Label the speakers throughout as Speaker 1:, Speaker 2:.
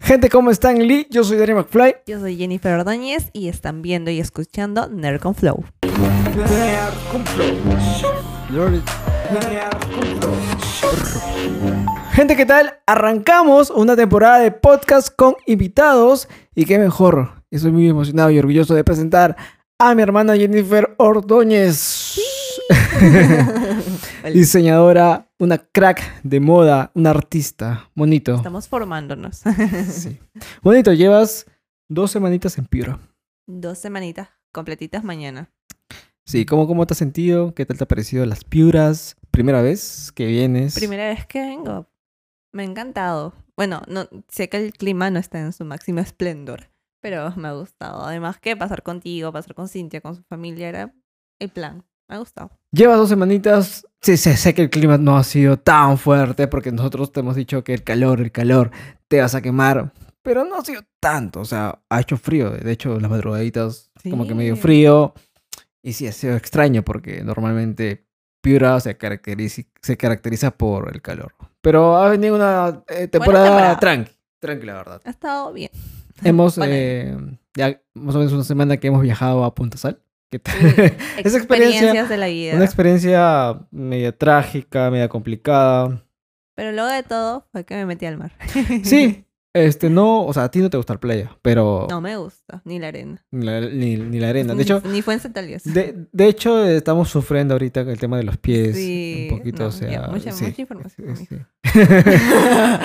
Speaker 1: Gente, ¿cómo están? Lee, yo soy Daniel McFly.
Speaker 2: Yo soy Jennifer Ordóñez y están viendo y escuchando Nerd con Flow.
Speaker 1: Gente, ¿qué tal? Arrancamos una temporada de podcast con invitados y qué mejor. Estoy muy emocionado y orgulloso de presentar a mi hermana Jennifer Ordóñez. Diseñadora, una crack de moda, una artista. Bonito.
Speaker 2: Estamos formándonos.
Speaker 1: Sí. Bonito, llevas dos semanitas en Piura.
Speaker 2: Dos semanitas completitas mañana.
Speaker 1: Sí, ¿cómo, ¿cómo te has sentido? ¿Qué tal te ha parecido las Piuras? ¿Primera vez que vienes?
Speaker 2: Primera vez que vengo. Me ha encantado. Bueno, no, sé que el clima no está en su máximo esplendor, pero me ha gustado. Además que pasar contigo, pasar con Cintia, con su familia, era el plan. Me ha gustado.
Speaker 1: Llevas dos semanitas. Sí, sé, sé que el clima no ha sido tan fuerte porque nosotros te hemos dicho que el calor, el calor, te vas a quemar. Pero no ha sido tanto, o sea, ha hecho frío. De hecho, las madrugaditas como que medio
Speaker 2: Sí.
Speaker 1: frío. Y sí, ha sido extraño porque normalmente Piura se caracteriza, se caracteriza por el calor. Pero ha venido una eh, temporada,
Speaker 2: temporada.
Speaker 1: tranqui, tranqui, la verdad.
Speaker 2: Ha estado bien.
Speaker 1: Hemos,
Speaker 2: Ponele.
Speaker 1: eh, ya más o menos una semana que hemos viajado a Punta Sal. ¿Qué tal?
Speaker 2: Mm,
Speaker 1: Esa experiencia,
Speaker 2: Experiencias de la vida.
Speaker 1: una experiencia media trágica, media complicada.
Speaker 2: Pero luego de todo fue que me metí al mar.
Speaker 1: Sí, este, no, o sea, a ti no te gusta la playa, pero
Speaker 2: No me gusta, ni la arena.
Speaker 1: ni, la, ni- ni la arena. De hecho,
Speaker 2: Ni fue en Santa Elías.
Speaker 1: de, de hecho, eh, estamos sufriendo ahorita el tema de los pies.
Speaker 2: Sí,
Speaker 1: un poquito,
Speaker 2: no,
Speaker 1: o sea.
Speaker 2: ya, mucha-
Speaker 1: sí,
Speaker 2: mucha información,
Speaker 1: sí, sí.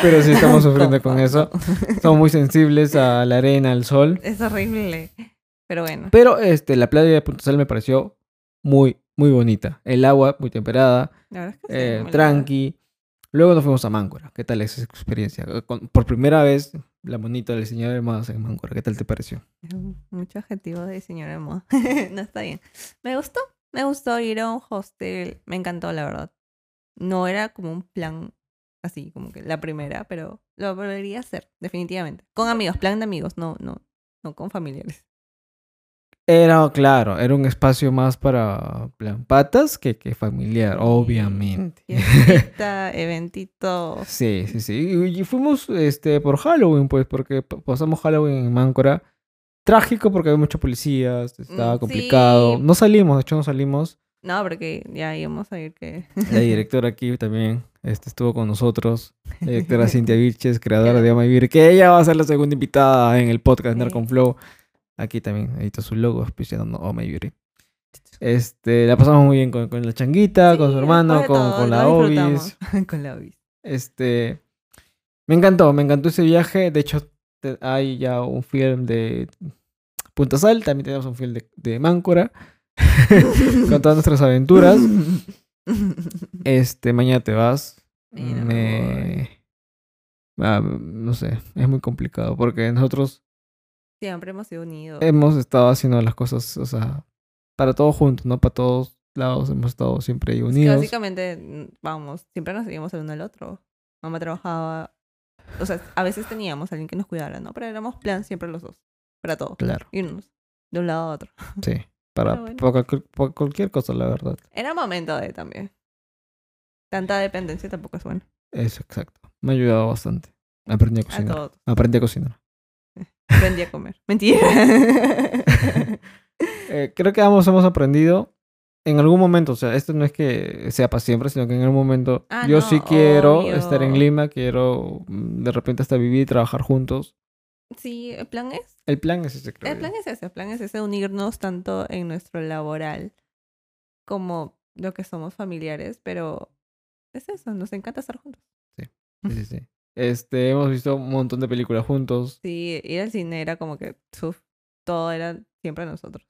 Speaker 1: pero sí estamos sufriendo con
Speaker 2: Todo.
Speaker 1: eso. Somos muy sensibles a la arena, al sol.
Speaker 2: Es horrible. Pero bueno.
Speaker 1: Pero este, la playa de Punta Sal me pareció muy, muy bonita. El agua muy temperada,
Speaker 2: La verdad es que sí,
Speaker 1: eh,
Speaker 2: me la-
Speaker 1: tranqui. Luego nos fuimos a Máncora. ¿Qué tal esa experiencia? Eh, con- por primera vez, la monita del señor Hermanos en Máncora. ¿Qué tal te pareció?
Speaker 2: Mucho adjetivo de señora de moda. no está bien. Me gustó. Me gustó ir a un hostel. Me encantó, la verdad. No era como un plan así, como que la primera, pero lo volvería a hacer, definitivamente. Con amigos, plan de amigos, no, no, no con familiares.
Speaker 1: Era, claro, era un espacio más para plan patas que, que familiar, obviamente.
Speaker 2: Fiestita, eventito.
Speaker 1: Sí, sí, sí. Y, y fuimos este, por Halloween, pues, porque p- pasamos Halloween en Máncora. Trágico porque había muchos policías, estaba
Speaker 2: Mm, sí.
Speaker 1: complicado. No salimos, de hecho no salimos.
Speaker 2: No, porque ya íbamos a ir que.
Speaker 1: La directora aquí también este, estuvo con nosotros. La directora Cintia Vilches, creadora de Ama y Vivir, que ella va a ser la segunda invitada en el podcast
Speaker 2: Sí.
Speaker 1: Narcon Flow. Aquí también edita su logo auspiciando Ama y Vivir. Este, la pasamos muy bien con, con la changuita, con su
Speaker 2: Sí,
Speaker 1: hermano,
Speaker 2: después de
Speaker 1: con,
Speaker 2: todo,
Speaker 1: con
Speaker 2: lo
Speaker 1: la Obis.
Speaker 2: disfrutamos. con la Obis.
Speaker 1: Este, me encantó, me encantó ese viaje. De hecho, te- hay ya un film de Punta Sal, también tenemos un film de, de Máncora, con todas nuestras aventuras. Este, mañana te vas.
Speaker 2: Mira,
Speaker 1: Me- Ah, no sé, es muy complicado porque nosotros
Speaker 2: Siempre hemos sido unidos.
Speaker 1: hemos estado haciendo las cosas, o sea, para todos juntos, ¿no? Para todos lados hemos estado siempre ahí
Speaker 2: Es que
Speaker 1: unidos.
Speaker 2: básicamente, mm, vamos, siempre nos seguimos el uno al otro. Mamá trabajaba. O sea, a veces teníamos a alguien que nos cuidara, ¿no? Pero éramos plan siempre los dos. Para todo.
Speaker 1: Claro,
Speaker 2: Irnos de un lado a otro.
Speaker 1: sí. Para,
Speaker 2: Ah, bueno.
Speaker 1: para cualquier, para cualquier cosa, la verdad.
Speaker 2: Era momento de también. Tanta dependencia tampoco es bueno.
Speaker 1: Eso, exacto. Me ha ayudado bastante. Aprendí a
Speaker 2: A
Speaker 1: cocinar.
Speaker 2: todos.
Speaker 1: Aprendí a cocinar.
Speaker 2: Aprendí a comer. Mentira.
Speaker 1: Eh, creo que ambos hemos aprendido en algún momento, o sea, esto no es que sea para siempre, sino que en algún momento
Speaker 2: Ah,
Speaker 1: yo
Speaker 2: no,
Speaker 1: sí quiero estar en
Speaker 2: obvio.
Speaker 1: Lima, quiero mm, de repente hasta vivir y trabajar juntos.
Speaker 2: sí, el plan es
Speaker 1: El plan es ese, creo.
Speaker 2: El
Speaker 1: yo.
Speaker 2: plan es ese, el plan es ese, unirnos tanto en nuestro laboral como lo que somos familiares, pero es eso, nos encanta estar juntos.
Speaker 1: Sí, sí, sí. Este, hemos visto un montón de películas juntos.
Speaker 2: Sí, ir al cine era como que uf, todo era siempre nosotros.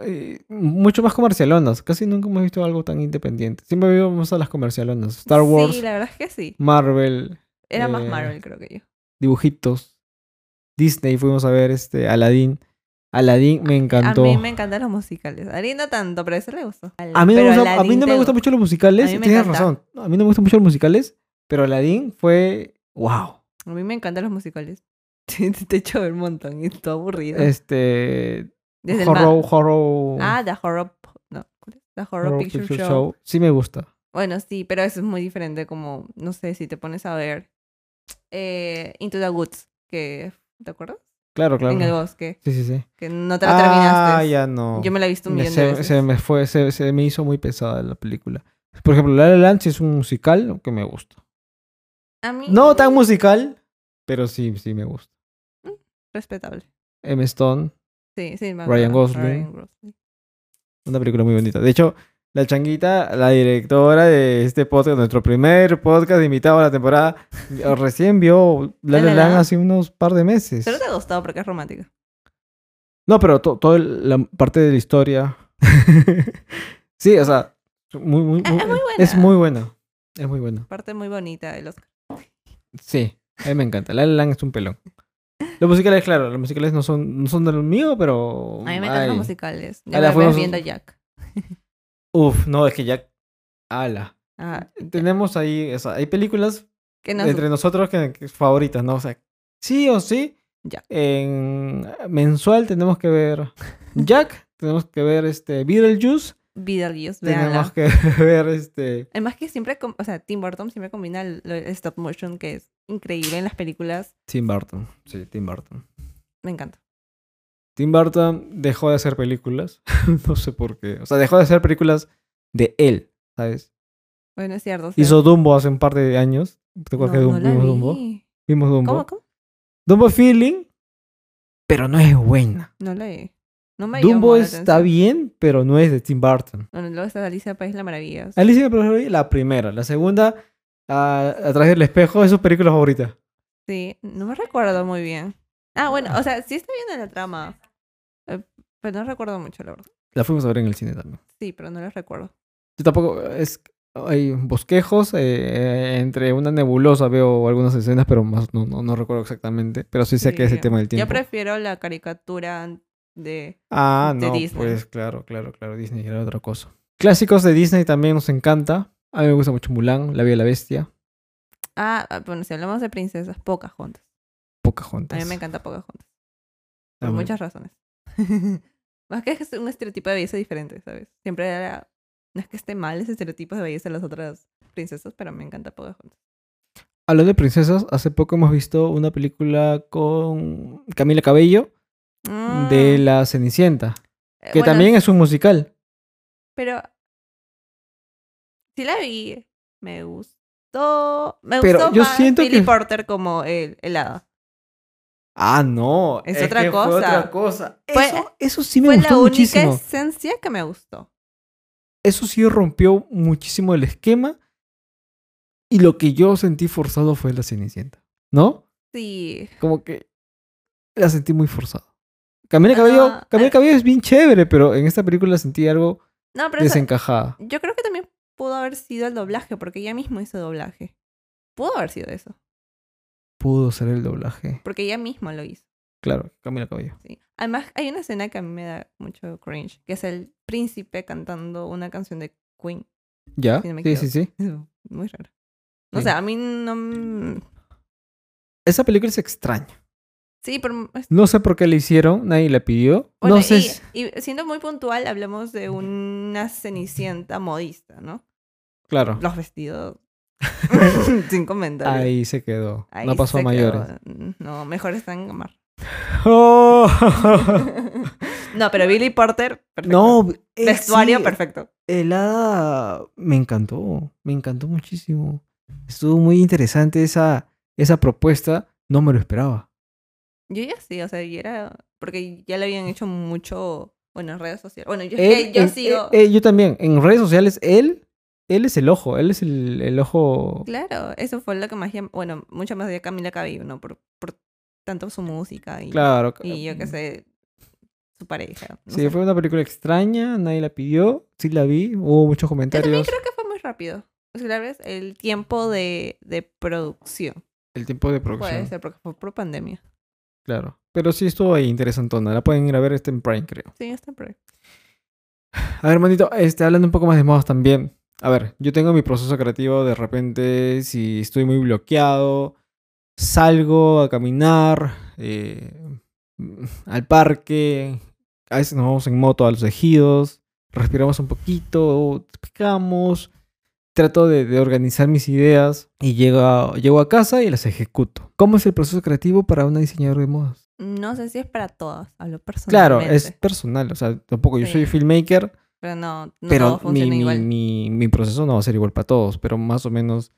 Speaker 1: Eh, mucho más comercialonas. Casi nunca hemos visto algo tan independiente. Siempre vimos a las comercialonas. Star Wars,
Speaker 2: Sí, la verdad es que sí.
Speaker 1: Marvel,
Speaker 2: Era más
Speaker 1: Eh,
Speaker 2: Marvel, creo que yo.
Speaker 1: dibujitos. Disney, fuimos a ver este Aladdin. Aladdin me encantó.
Speaker 2: A mí me encantan los musicales. A Ari no tanto, pero a ese le gustó.
Speaker 1: A mí no,
Speaker 2: Pero
Speaker 1: me gusta- a mí
Speaker 2: Aladdin
Speaker 1: no me
Speaker 2: te-
Speaker 1: gustan mucho los musicales.
Speaker 2: A mí me
Speaker 1: Tienes
Speaker 2: encanta.
Speaker 1: razón. A mí no me gustan mucho los musicales. Pero Aladdin fue. ¡Wow!
Speaker 2: A mí me encantan los musicales. Te te echo ver un montón y todo aburrido.
Speaker 1: Este.
Speaker 2: Desde el
Speaker 1: horror,
Speaker 2: ma-
Speaker 1: horror,
Speaker 2: Ah, The Horror... No, ¿cuál es? The Horror,
Speaker 1: Horror
Speaker 2: Picture,
Speaker 1: Picture
Speaker 2: Show.
Speaker 1: Show. Sí me gusta.
Speaker 2: Bueno, sí, pero eso es muy diferente, como, no sé, si te pones a ver eh, Into the Woods. que, ¿te acuerdas?
Speaker 1: Claro, claro.
Speaker 2: En el bosque,
Speaker 3: Sí, sí, sí.
Speaker 2: que no te la
Speaker 1: Ah,
Speaker 2: terminaste.
Speaker 1: ya no.
Speaker 2: Yo me la he visto un
Speaker 1: Me-
Speaker 2: millón de
Speaker 1: se,
Speaker 2: veces.
Speaker 1: se me fue, se, se me hizo muy pesada la película. Por ejemplo, La La Land sí es un musical que me gusta.
Speaker 2: A mí,
Speaker 1: No tan musical, pero sí, sí me gusta.
Speaker 2: respetable.
Speaker 1: M. Stone,
Speaker 2: Sí, sí, me
Speaker 1: Ryan
Speaker 2: acuerdo,
Speaker 1: Gosling.
Speaker 2: Ryan Gosling.
Speaker 1: una película muy bonita. De hecho, la changuita, la directora de este podcast, nuestro primer podcast invitado a la temporada, eh, recién vio La La Land hace unos par de meses.
Speaker 2: Pero te ha gustado porque es romántica.
Speaker 1: No, pero to- toda el- la parte de la historia. sí, o sea, muy, muy,
Speaker 2: Ah,
Speaker 1: muy-
Speaker 2: es muy
Speaker 1: es
Speaker 2: buena.
Speaker 1: muy buena. Es muy buena.
Speaker 2: Parte muy bonita de los...
Speaker 1: Sí, a mí me encanta. La La Land es un pelón. Los musicales, claro, los musicales no son, no son de los míos, pero.
Speaker 2: A mí me encantan
Speaker 1: ay.
Speaker 2: los musicales.
Speaker 1: Ahí Oh,
Speaker 2: Ya
Speaker 1: Ah, la
Speaker 2: me ves
Speaker 1: fuimos-
Speaker 2: viendo Jack.
Speaker 1: Uf, no, es que ya. Ala.
Speaker 2: Ah,
Speaker 1: Tenemos ahí, o sea, hay películas
Speaker 2: que no
Speaker 1: entre nosotros que, que favoritas, ¿no? O sea, sí o sí.
Speaker 2: Jack.
Speaker 1: En mensual tenemos que ver Jack, tenemos que ver este Beetlejuice,
Speaker 2: Beetlejuice,
Speaker 1: tenemos
Speaker 2: véanla.
Speaker 1: que ver este.
Speaker 2: Además que siempre, com- o sea, Tim Burton siempre combina el, lo- el stop motion que es increíble en las películas.
Speaker 1: Tim Burton. Sí, Tim Burton.
Speaker 2: Me encanta.
Speaker 1: Tim Burton dejó de hacer películas. no sé por qué. O sea, dejó de hacer películas de él, ¿sabes?
Speaker 2: Bueno, es cierto. o sea,
Speaker 1: Hizo Dumbo hace un par de años. ¿Te
Speaker 2: no,
Speaker 1: acuerdas que
Speaker 2: no
Speaker 1: Dumbo-
Speaker 2: la
Speaker 1: vimos
Speaker 2: vi.
Speaker 1: Dumbo? Vimos Dumbo.
Speaker 2: ¿Cómo, cómo?
Speaker 1: Dumbo Feeling, pero no es buena.
Speaker 2: No la vi. No me
Speaker 1: Dumbo
Speaker 2: llamó la
Speaker 1: está
Speaker 2: atención.
Speaker 1: bien, pero no es de Tim Burton.
Speaker 2: Bueno, luego está Alicia País la Maravilla. o sea,
Speaker 1: Alicia en el País de las Maravillas, la primera. La segunda, a, a través del espejo, es su película favorita.
Speaker 2: Sí, no me recuerdo muy bien. Ah, bueno, o sea, sí está bien en la trama. eh, Pero no recuerdo mucho, la verdad.
Speaker 1: La fuimos a ver en el cine también.
Speaker 2: Sí, pero no la recuerdo.
Speaker 1: Yo tampoco. Es, hay bosquejos. eh, entre una nebulosa veo algunas escenas, pero más no, no, no recuerdo exactamente. Pero sí sé que es el
Speaker 2: Sí.
Speaker 1: tema del tiempo.
Speaker 2: Yo prefiero la caricatura de...
Speaker 1: ah,
Speaker 2: de
Speaker 1: no.
Speaker 2: Disney.
Speaker 1: Pues claro, claro, claro. Disney era otra cosa. Clásicos de Disney también nos encanta. A mí me gusta mucho Mulan, La Bella y la Bestia,
Speaker 2: Ah, ah, bueno, si hablamos de princesas, Pocahontas. A
Speaker 1: Pocahontas.
Speaker 2: mí me encanta Pocahontas.
Speaker 1: Ah,
Speaker 2: Por
Speaker 1: bueno.
Speaker 2: muchas razones. Más que es un estereotipo de belleza diferente, ¿sabes? Siempre era... No es que esté mal ese estereotipo de belleza de las otras princesas, pero me encanta Pocahontas.
Speaker 1: Hablando de princesas, hace poco hemos visto una película con Camila Cabello de
Speaker 2: Mm,
Speaker 1: La Cenicienta.
Speaker 2: eh,
Speaker 1: Que
Speaker 2: bueno,
Speaker 1: también es un musical.
Speaker 2: Pero. Sí la vi. Me gustó. Me
Speaker 1: Pero
Speaker 2: gustó
Speaker 1: yo
Speaker 2: más
Speaker 1: siento
Speaker 2: Billy
Speaker 1: que-
Speaker 2: Porter como el, el hado.
Speaker 1: Ah, no.
Speaker 2: Es otra cosa.
Speaker 1: cosa.
Speaker 2: Fue-
Speaker 1: eso, eso sí me
Speaker 2: Fue
Speaker 1: gustó
Speaker 2: la única
Speaker 1: muchísimo.
Speaker 2: esencia que me gustó.
Speaker 1: Eso sí rompió muchísimo el esquema. Y lo que yo sentí forzado fue la Cenicienta. ¿No?
Speaker 2: Sí.
Speaker 1: Como que la sentí muy forzada. Camila Cabello,
Speaker 2: Ah,
Speaker 1: Camila
Speaker 2: ah.
Speaker 1: Cabello es bien chévere, pero en esta película sentí algo
Speaker 2: No, pero eso-
Speaker 1: desencajada.
Speaker 2: yo creo que también pudo haber sido el doblaje, porque ella misma hizo doblaje. Pudo haber sido eso,
Speaker 1: Pudo ser el doblaje.
Speaker 2: porque ella misma lo hizo.
Speaker 1: Claro, Camila Cabello.
Speaker 2: ¿sí? Además, hay una escena que a mí me da mucho cringe, que es el príncipe cantando una canción de Queen.
Speaker 1: ¿Ya?
Speaker 2: Sí, no me
Speaker 1: Sí,
Speaker 2: equivoco.
Speaker 1: sí, sí.
Speaker 2: Muy raro. O
Speaker 1: Sí.
Speaker 2: sea, a mí no... mm, m-
Speaker 1: Esa película es extraña.
Speaker 2: Sí, pero es-
Speaker 1: No sé por qué la hicieron, nadie la pidió.
Speaker 2: Bueno,
Speaker 1: no sé.
Speaker 2: y-
Speaker 1: si-
Speaker 2: y, siendo muy puntual, hablamos de una cenicienta modista, ¿no?
Speaker 1: Claro.
Speaker 2: Los vestidos. Sin comentarios.
Speaker 1: Ahí se quedó.
Speaker 2: Ahí
Speaker 1: no pasó a
Speaker 2: se
Speaker 1: mayores.
Speaker 2: quedó. No, mejor están en Gamar.
Speaker 1: ¡Oh!
Speaker 2: no, pero Billy Porter, perfecto.
Speaker 1: no, eh,
Speaker 2: Vestuario,
Speaker 1: sí,
Speaker 2: perfecto.
Speaker 1: El hada me encantó. Me encantó muchísimo. Estuvo muy interesante esa, esa propuesta. No me lo esperaba.
Speaker 2: Yo ya sí, o sea, yo era. Porque ya le habían hecho mucho. Bueno, en redes sociales. Bueno, yo,
Speaker 1: Él-
Speaker 2: eh, yo
Speaker 1: él-
Speaker 2: sigo.
Speaker 1: él- él- yo también. En redes sociales, él, él es el ojo. Él es el, el ojo.
Speaker 2: Claro, eso fue lo que más. llam- Bueno, mucho más de Camila Cabello, ¿no? Por, por tanto su música y,
Speaker 1: Claro.
Speaker 2: y yo qué sé. Su pareja. no
Speaker 1: Sí,
Speaker 2: sé.
Speaker 1: fue una película extraña. Nadie la pidió. Sí la vi. Hubo muchos
Speaker 2: Yo también
Speaker 1: comentarios.
Speaker 2: creo que fue muy rápido. O sea, la verdad es el tiempo de, de producción.
Speaker 1: El tiempo de producción.
Speaker 2: Puede ser, porque fue por pandemia.
Speaker 1: Claro. Pero sí estuvo ahí interesantona. La pueden ir a ver este en Prime, creo.
Speaker 2: Sí, está por
Speaker 1: A ver, manito, este, hablando un poco más de modas también. A ver, yo tengo mi proceso creativo de repente, si estoy muy bloqueado, salgo a caminar, eh, mm, al parque, a veces nos vamos en moto a los ejidos, respiramos un poquito, picamos, trato de, de organizar mis ideas y llego a, llego a casa y las ejecuto. ¿Cómo es el proceso creativo para una diseñadora de modas?
Speaker 2: No sé si es para todas, hablo
Speaker 1: Claro,
Speaker 2: personalmente.
Speaker 1: es personal, o sea, tampoco yo
Speaker 2: Sí.
Speaker 1: soy filmmaker,
Speaker 2: Pero no, no
Speaker 1: pero
Speaker 2: todo
Speaker 1: mi,
Speaker 2: funciona
Speaker 1: mi-
Speaker 2: igual.
Speaker 1: mi- mi proceso no va a ser igual para todos, pero más o menos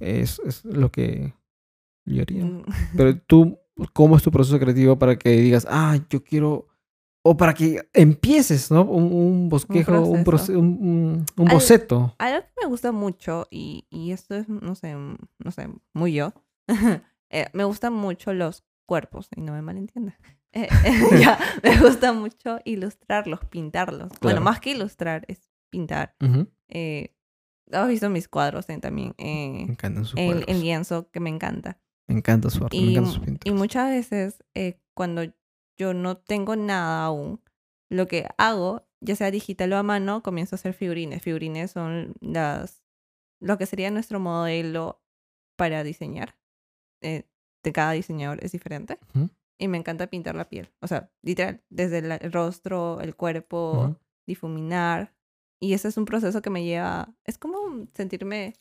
Speaker 1: es, es lo que yo haría.
Speaker 2: Mm,
Speaker 1: Pero tú, ¿cómo es tu proceso creativo para que digas, ah, yo quiero... O para que empieces, ¿no? Un, un bosquejo, un,
Speaker 2: proceso.
Speaker 1: proce- un- un- un
Speaker 2: Al-
Speaker 1: boceto.
Speaker 2: Algo que me gusta mucho, y, y esto es, no sé, mm, no sé, muy yo. eh, me gustan mucho los cuerpos, y no me malentiendan. Eh, eh, ya, me gusta mucho ilustrarlos, pintarlos.
Speaker 1: Claro.
Speaker 2: Bueno, más que ilustrar, es pintar.
Speaker 1: Ujú.
Speaker 2: Eh, has visto mis cuadros eh, también. eh,
Speaker 1: Me encantan sus
Speaker 2: el,
Speaker 1: cuadros.
Speaker 2: el lienzo que me encanta.
Speaker 1: Me encanta su arte, me
Speaker 2: Y,
Speaker 1: encantan sus
Speaker 2: mu- y
Speaker 1: pinturas.
Speaker 2: muchas veces eh, cuando yo no tengo nada aún, lo que hago, ya sea digital o a mano, comienzo a hacer figurines. Figurines son las lo que sería nuestro modelo para diseñar. Eh, de cada diseñador es diferente.
Speaker 1: Ujú.
Speaker 2: Y me encanta pintar la piel. O sea, literal, desde la- el rostro, el cuerpo,
Speaker 1: Ujú.
Speaker 2: difuminar. Y ese es un proceso que me lleva, es como sentirme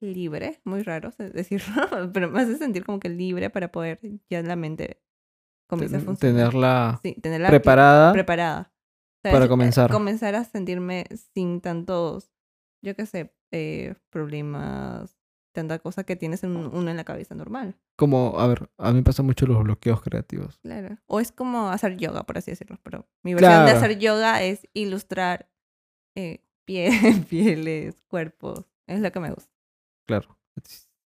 Speaker 2: libre, muy raro se- decirlo, pero me hace sentir como que libre para poder ya la mente comienza a
Speaker 1: Ten-
Speaker 2: funcionar.
Speaker 1: tenerla
Speaker 2: Sí, tenerla pre-
Speaker 1: preparada.
Speaker 2: preparada. O sea,
Speaker 1: para
Speaker 2: es- eh,
Speaker 1: comenzar.
Speaker 2: Comenzar a sentirme sin tantos, yo qué sé, eh, problemas, tanta cosa que tienes en
Speaker 1: Oh.
Speaker 2: uno en la cabeza normal.
Speaker 1: como, a ver, a mí me pasan mucho los bloqueos creativos.
Speaker 2: Claro. O es como hacer yoga, por así decirlo. Pero mi versión de
Speaker 1: Claro.
Speaker 2: hacer yoga es ilustrar eh, pie- pieles, cuerpos. Es lo que me gusta.
Speaker 1: Claro,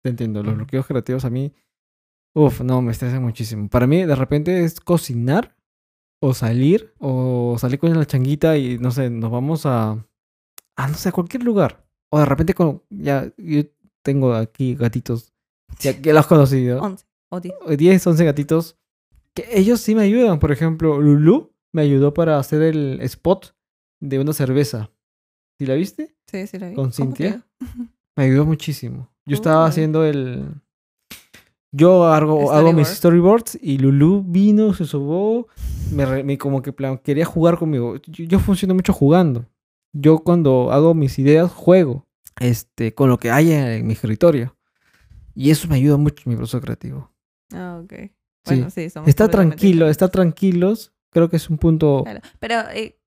Speaker 1: te entiendo. Los bloqueos creativos a mí, uff, no, me estresan muchísimo. Para mí, de repente es cocinar o salir o salir con la changuita y no sé, nos vamos a, a no sé, a cualquier lugar. O de repente, con, ya, yo tengo aquí gatitos, ya que los has conocido.
Speaker 2: 11 o 10.
Speaker 1: 10, 11 gatitos, que ellos sí me ayudan. Por ejemplo, Lulu me ayudó para hacer el spot de una cerveza. ¿Sí la viste?
Speaker 2: Sí, sí, lo vi.
Speaker 1: ¿Con
Speaker 2: ¿Cómo te
Speaker 1: Cintia?
Speaker 2: digo?
Speaker 1: Me ayudó muchísimo. Yo estaba
Speaker 2: Cool.
Speaker 1: haciendo el... Yo hago,
Speaker 2: El
Speaker 1: hago mis
Speaker 2: storyboard.
Speaker 1: storyboards y Lulu vino, se sobó, me, re- me como que plan- quería jugar conmigo. Yo, yo funciono mucho jugando. Yo cuando hago mis ideas juego este, con lo que haya en mi escritorio. Y eso me ayuda mucho en mi proceso creativo.
Speaker 2: Ah, ok.
Speaker 1: Sí.
Speaker 2: Bueno, sí, somos
Speaker 1: Está
Speaker 2: completamente
Speaker 1: tranquilo,
Speaker 2: diferentes.
Speaker 1: está tranquilos. Creo que es un punto.
Speaker 2: Claro, Pero eh,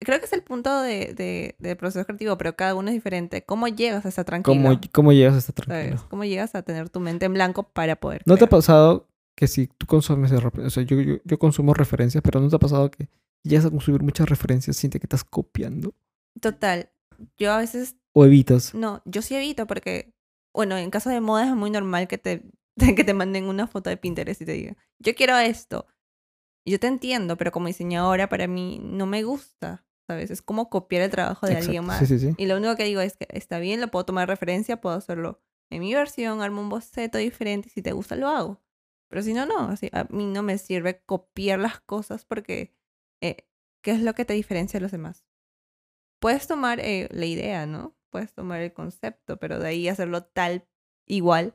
Speaker 2: creo que es el punto de, de, del proceso creativo, pero cada uno es diferente. ¿Cómo llegas a estar tranquilo?
Speaker 1: ¿Cómo, cómo llegas a estar
Speaker 2: ¿Sabes?
Speaker 1: tranquilo?
Speaker 2: ¿Cómo llegas a tener tu mente en blanco para poder
Speaker 1: ¿No te ha
Speaker 2: crear?
Speaker 1: pasado que si tú consumes, de rep- o sea, yo, yo, yo consumo referencias, pero ¿no te ha pasado que llegas a consumir muchas referencias, sientes que estás copiando
Speaker 2: Total. Yo a veces
Speaker 1: o evitas?
Speaker 2: No, yo sí evito porque, bueno, en caso de moda es muy normal que te, que te manden una foto de Pinterest y te digan, yo quiero esto. Y Yo te entiendo, pero como diseñadora para mí no me gusta, ¿sabes? Es como copiar el trabajo de alguien
Speaker 1: Exacto,
Speaker 2: más.
Speaker 1: Sí, sí, sí.
Speaker 2: Y lo único que digo es que está bien, lo puedo tomar de referencia, puedo hacerlo en mi versión, armo un boceto diferente y si te gusta lo hago. Pero si no, no, así, a mí no me sirve copiar las cosas porque eh, ¿qué es lo que te diferencia de los demás? Puedes tomar eh, la idea, ¿no? Puedes tomar el concepto, pero de ahí hacerlo tal, igual,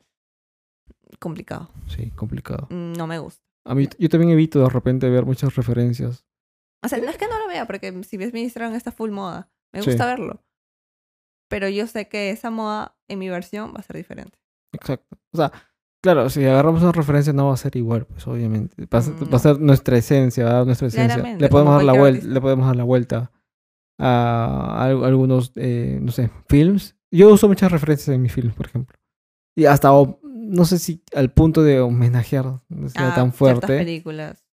Speaker 2: complicado.
Speaker 1: Sí, complicado.
Speaker 2: Mm, No me gusta.
Speaker 1: A mí, yo también evito de repente ver muchas referencias.
Speaker 2: O sea, no es que no lo vea, porque si ves mi Instagram está full moda. Me
Speaker 1: Sí.
Speaker 2: gusta verlo. Pero yo sé que esa moda en mi versión va a ser diferente.
Speaker 1: Exacto. O sea, claro, si agarramos una referencia no va a ser igual, pues obviamente. Va a ser,
Speaker 2: Mm,
Speaker 1: va a ser nuestra esencia, ¿verdad? nuestra esencia.
Speaker 2: Claramente,
Speaker 1: le podemos
Speaker 2: como
Speaker 1: dar la
Speaker 2: cualquier
Speaker 1: vuelta,
Speaker 2: artista.
Speaker 1: le podemos dar la vuelta a, al- algunos, eh, no sé, films. Yo uso muchas referencias en mis films, por ejemplo. Y hasta o- no sé si al punto de homenajear no sea
Speaker 2: Ah,
Speaker 1: tan
Speaker 2: ciertas
Speaker 1: fuerte,
Speaker 2: películas.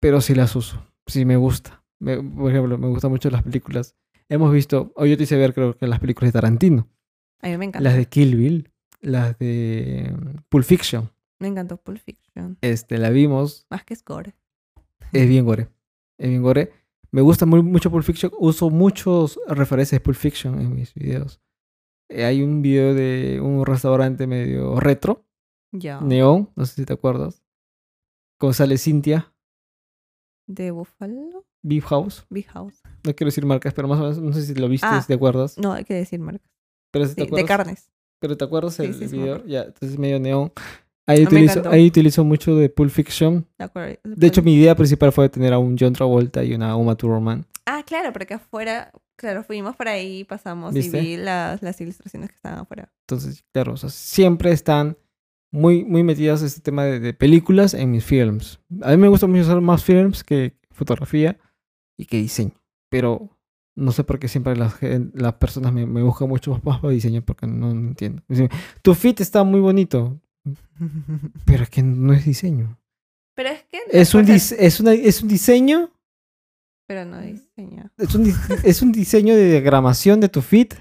Speaker 1: pero sí las uso. Sí me gusta. Me- por ejemplo, me gustan mucho las películas. Hemos visto, o yo te hice ver creo que las películas de Tarantino,
Speaker 2: A mí me encanta.
Speaker 1: las de Kill Bill, las de mm, Pulp Fiction.
Speaker 2: Me encantó Pulp Fiction.
Speaker 1: Este, la vimos.
Speaker 2: Más que Score.
Speaker 1: Es bien gore. Es bien gore. Me gusta muy, mucho Pulp Fiction. Uso muchos referencias de Pulp Fiction en mis videos. Eh, hay un video de un restaurante medio retro,
Speaker 2: Ya.
Speaker 1: neón, no sé si te acuerdas. Con sale Cynthia,
Speaker 2: De Buffalo.
Speaker 1: Beef House.
Speaker 2: Big House.
Speaker 1: No quiero decir marcas, pero más o menos, no sé si lo viste,
Speaker 2: Ah.
Speaker 1: si te acuerdas.
Speaker 2: No, hay que decir marcas.
Speaker 1: Pero si te
Speaker 2: Sí, de
Speaker 1: acuerdas.
Speaker 2: carnes.
Speaker 1: Pero te acuerdas
Speaker 2: Sí,
Speaker 1: el
Speaker 2: sí, sí me
Speaker 1: video. Ya, entonces medio neón. Ahí
Speaker 2: Ah, me
Speaker 1: utilizo,
Speaker 2: encantó.
Speaker 1: ahí utilizo mucho de Pulp Fiction.
Speaker 2: De, acuerdo.
Speaker 1: De hecho, mi idea principal fue tener a un John Travolta y una Uma Thurman.
Speaker 2: Ah, claro, porque afuera Claro, fuimos por ahí, pasamos
Speaker 1: ¿Viste?
Speaker 2: y vi las, las ilustraciones que estaban afuera.
Speaker 1: Entonces, claro, o sea, siempre están muy, muy metidas este tema de, de películas en mis films. A mí me gusta mucho hacer más films que fotografía y que diseño. Pero no sé por qué siempre las, gen- las personas me, me buscan mucho más para diseño porque no, no entiendo. Me dicen, tu fit está muy bonito, pero es que no es diseño.
Speaker 2: Pero es que...
Speaker 1: Es un,
Speaker 2: o sea,
Speaker 1: dis- es una- es un diseño,
Speaker 2: Pero no diseño.
Speaker 1: es un, dis- es un diseño de diagramación de tu fit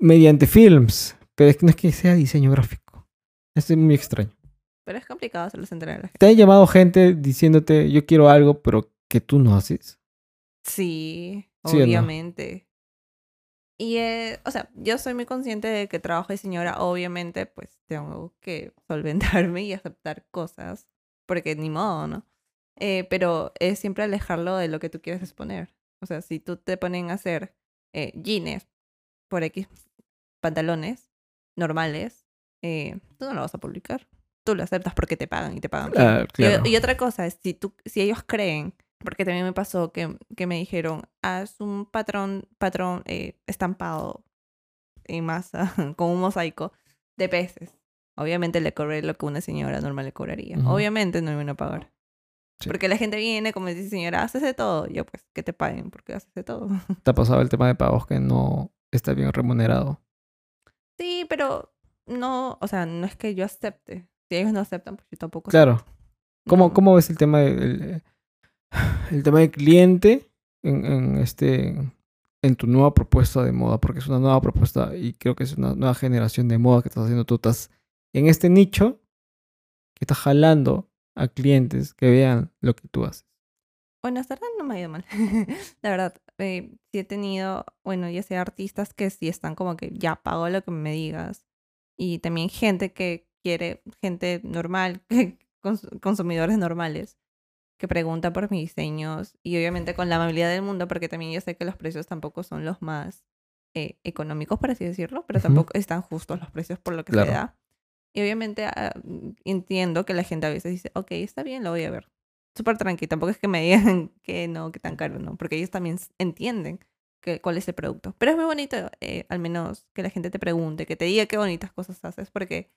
Speaker 1: mediante films. Pero es que no es que sea diseño gráfico. Es muy extraño.
Speaker 2: Pero es complicado hacerlos entrar a la gente.
Speaker 1: ¿Te ha llamado gente diciéndote yo quiero algo, pero que tú no haces?
Speaker 2: Sí,
Speaker 1: ¿Sí o no?
Speaker 2: obviamente. Y, eh, o sea, yo soy muy consciente de que trabajo de señora, obviamente, pues tengo que solventarme y aceptar cosas, porque ni modo, ¿no? Eh, pero es siempre alejarlo de lo que tú quieres exponer. O sea, si tú te ponen a hacer eh, jeans por X pantalones normales, eh, tú no lo vas a publicar. Tú lo aceptas porque te pagan y te pagan. bien.
Speaker 1: Ah,
Speaker 2: Y- Y, otra cosa, es si, tú, si ellos creen, porque también me pasó que, que me dijeron, haz un patrón, patrón eh, estampado en masa, con un mosaico de peces. Obviamente le cobré lo que una señora normal le cobraría.
Speaker 1: Ujú.
Speaker 2: Obviamente no me van a pagar.
Speaker 1: Sí.
Speaker 2: Porque la gente viene como dice, señora, haces de todo. Yo, pues, que te paguen porque haces de todo.
Speaker 1: Te ha pasado el tema de pagos que no está bien remunerado.
Speaker 2: sí, pero no, o sea, no es que yo acepte. Si ellos no aceptan, pues yo tampoco.
Speaker 1: Claro. ¿Cómo,
Speaker 2: No.
Speaker 1: cómo ves el tema del el tema del cliente en, en este en tu nueva propuesta de moda? Porque es una nueva propuesta y creo que es una nueva generación de moda que estás haciendo. Tú estás en este nicho que estás jalando a clientes que vean lo que tú haces.
Speaker 2: Bueno, hasta ahora no me ha ido mal. La verdad, eh, sí he tenido, bueno, ya sea artistas que sí están como que ya pago lo que me digas. Y también gente que quiere, gente normal, que cons- consumidores normales, que pregunta por mis diseños. Y obviamente con la amabilidad del mundo, porque también yo sé que los precios tampoco son los más eh, económicos, por así decirlo, pero
Speaker 1: Ujú.
Speaker 2: tampoco están justos los precios por lo que
Speaker 1: Claro.
Speaker 2: se da. Y obviamente ah, entiendo que la gente a veces dice, ok, está bien, lo voy a ver súper tranqui. Tampoco es que me digan que no, que tan caro, no. Porque ellos también s- entienden que, cuál es el producto. Pero es muy bonito, eh, al menos, que la gente te pregunte, que te diga qué bonitas cosas haces, porque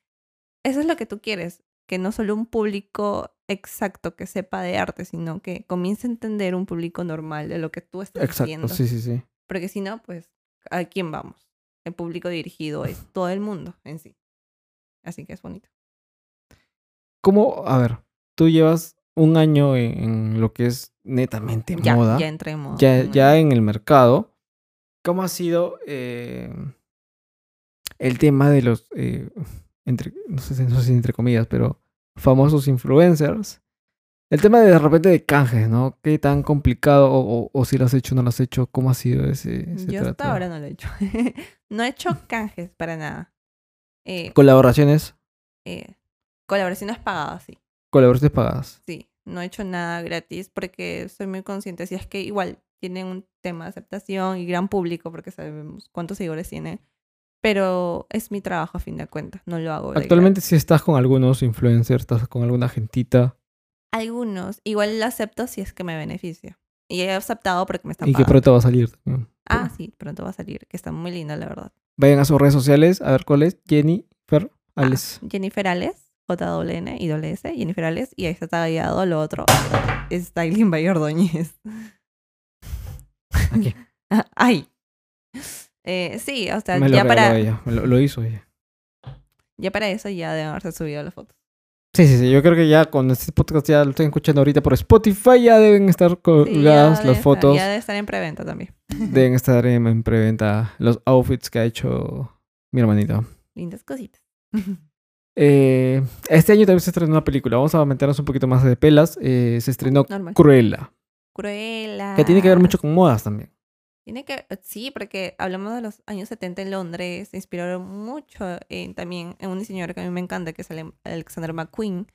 Speaker 2: eso es lo que tú quieres. Que no solo un público exacto que sepa de arte, sino que comience a entender un público normal de lo que tú estás haciendo.
Speaker 1: sí, sí, sí.
Speaker 2: Porque si no, pues, ¿a quién vamos? El público dirigido es todo el mundo en sí. Así que es bonito.
Speaker 1: ¿Cómo? A ver, tú llevas un año en, en lo que es netamente
Speaker 2: Ya,
Speaker 1: moda,
Speaker 2: Ah, ya entremos.
Speaker 1: ya, ya en el mercado. ¿Cómo ha sido eh, el tema de los, eh, entre, no, sé, si- no sé si entre comillas, pero famosos influencers? El tema de, de repente de canjes, ¿no? ¿Qué tan complicado o, o- o si lo has hecho o no lo has hecho? ¿Cómo ha sido ese, ese
Speaker 2: Yo
Speaker 1: trato?
Speaker 2: hasta ahora no lo he hecho. no he hecho canjes para nada. Eh,
Speaker 1: ¿Colaboraciones?
Speaker 2: eh, colaboraciones pagadas, sí.
Speaker 1: ¿Colaboraciones pagadas?
Speaker 2: Sí, no he hecho nada gratis porque soy muy consciente. Si es que igual tienen un tema de aceptación y gran público porque sabemos cuántos seguidores tiene. Pero es mi trabajo a fin de cuentas, no lo hago. de
Speaker 1: Actualmente sí estás con algunos influencers, estás con alguna gentita.
Speaker 2: gratis. Algunos, igual lo acepto si es que me beneficia. Y he aceptado porque me están
Speaker 1: Y que
Speaker 2: pagando.
Speaker 1: pronto va a salir también.
Speaker 2: Ah, sí, pronto va a salir, que está muy linda, la verdad.
Speaker 1: Vayan a sus redes sociales a ver cuál es. Jenny, Fer,
Speaker 2: Ah,
Speaker 1: Alex.
Speaker 2: Jennifer Ales, JWN y WS, Jennifer Ales, y ahí está taggeado lo otro, es Styling by Ordóñez.
Speaker 1: Aquí.
Speaker 2: Ah, Ay. Eh, sí, o sea,
Speaker 1: me lo
Speaker 2: ya
Speaker 1: regaló
Speaker 2: para,
Speaker 1: ella. me lo, lo hizo ella.
Speaker 2: ya para eso ya deben haberse subido las fotos.
Speaker 1: Sí, sí, sí. Yo creo que ya con este podcast ya lo están escuchando ahorita por Spotify. Ya deben estar
Speaker 2: Sí, ya
Speaker 1: colgadas
Speaker 2: debe
Speaker 1: las
Speaker 2: estar-
Speaker 1: fotos.
Speaker 2: ya debe estar en preventa también.
Speaker 1: Deben estar en, en preventa los outfits que ha hecho mi hermanito.
Speaker 2: Lindas cositas.
Speaker 1: Eh, este año también se estrenó una película. Vamos a meternos un poquito más de pelas. Eh, se estrenó
Speaker 2: Normal.
Speaker 1: Cruella.
Speaker 2: Cruella.
Speaker 1: Que tiene que ver mucho con modas también.
Speaker 2: Tiene que, eh, sí, porque hablamos de los años 70 en Londres, se inspiraron mucho en- también en un diseñador que a mí me encanta, que es Ale- Alexander McQueen,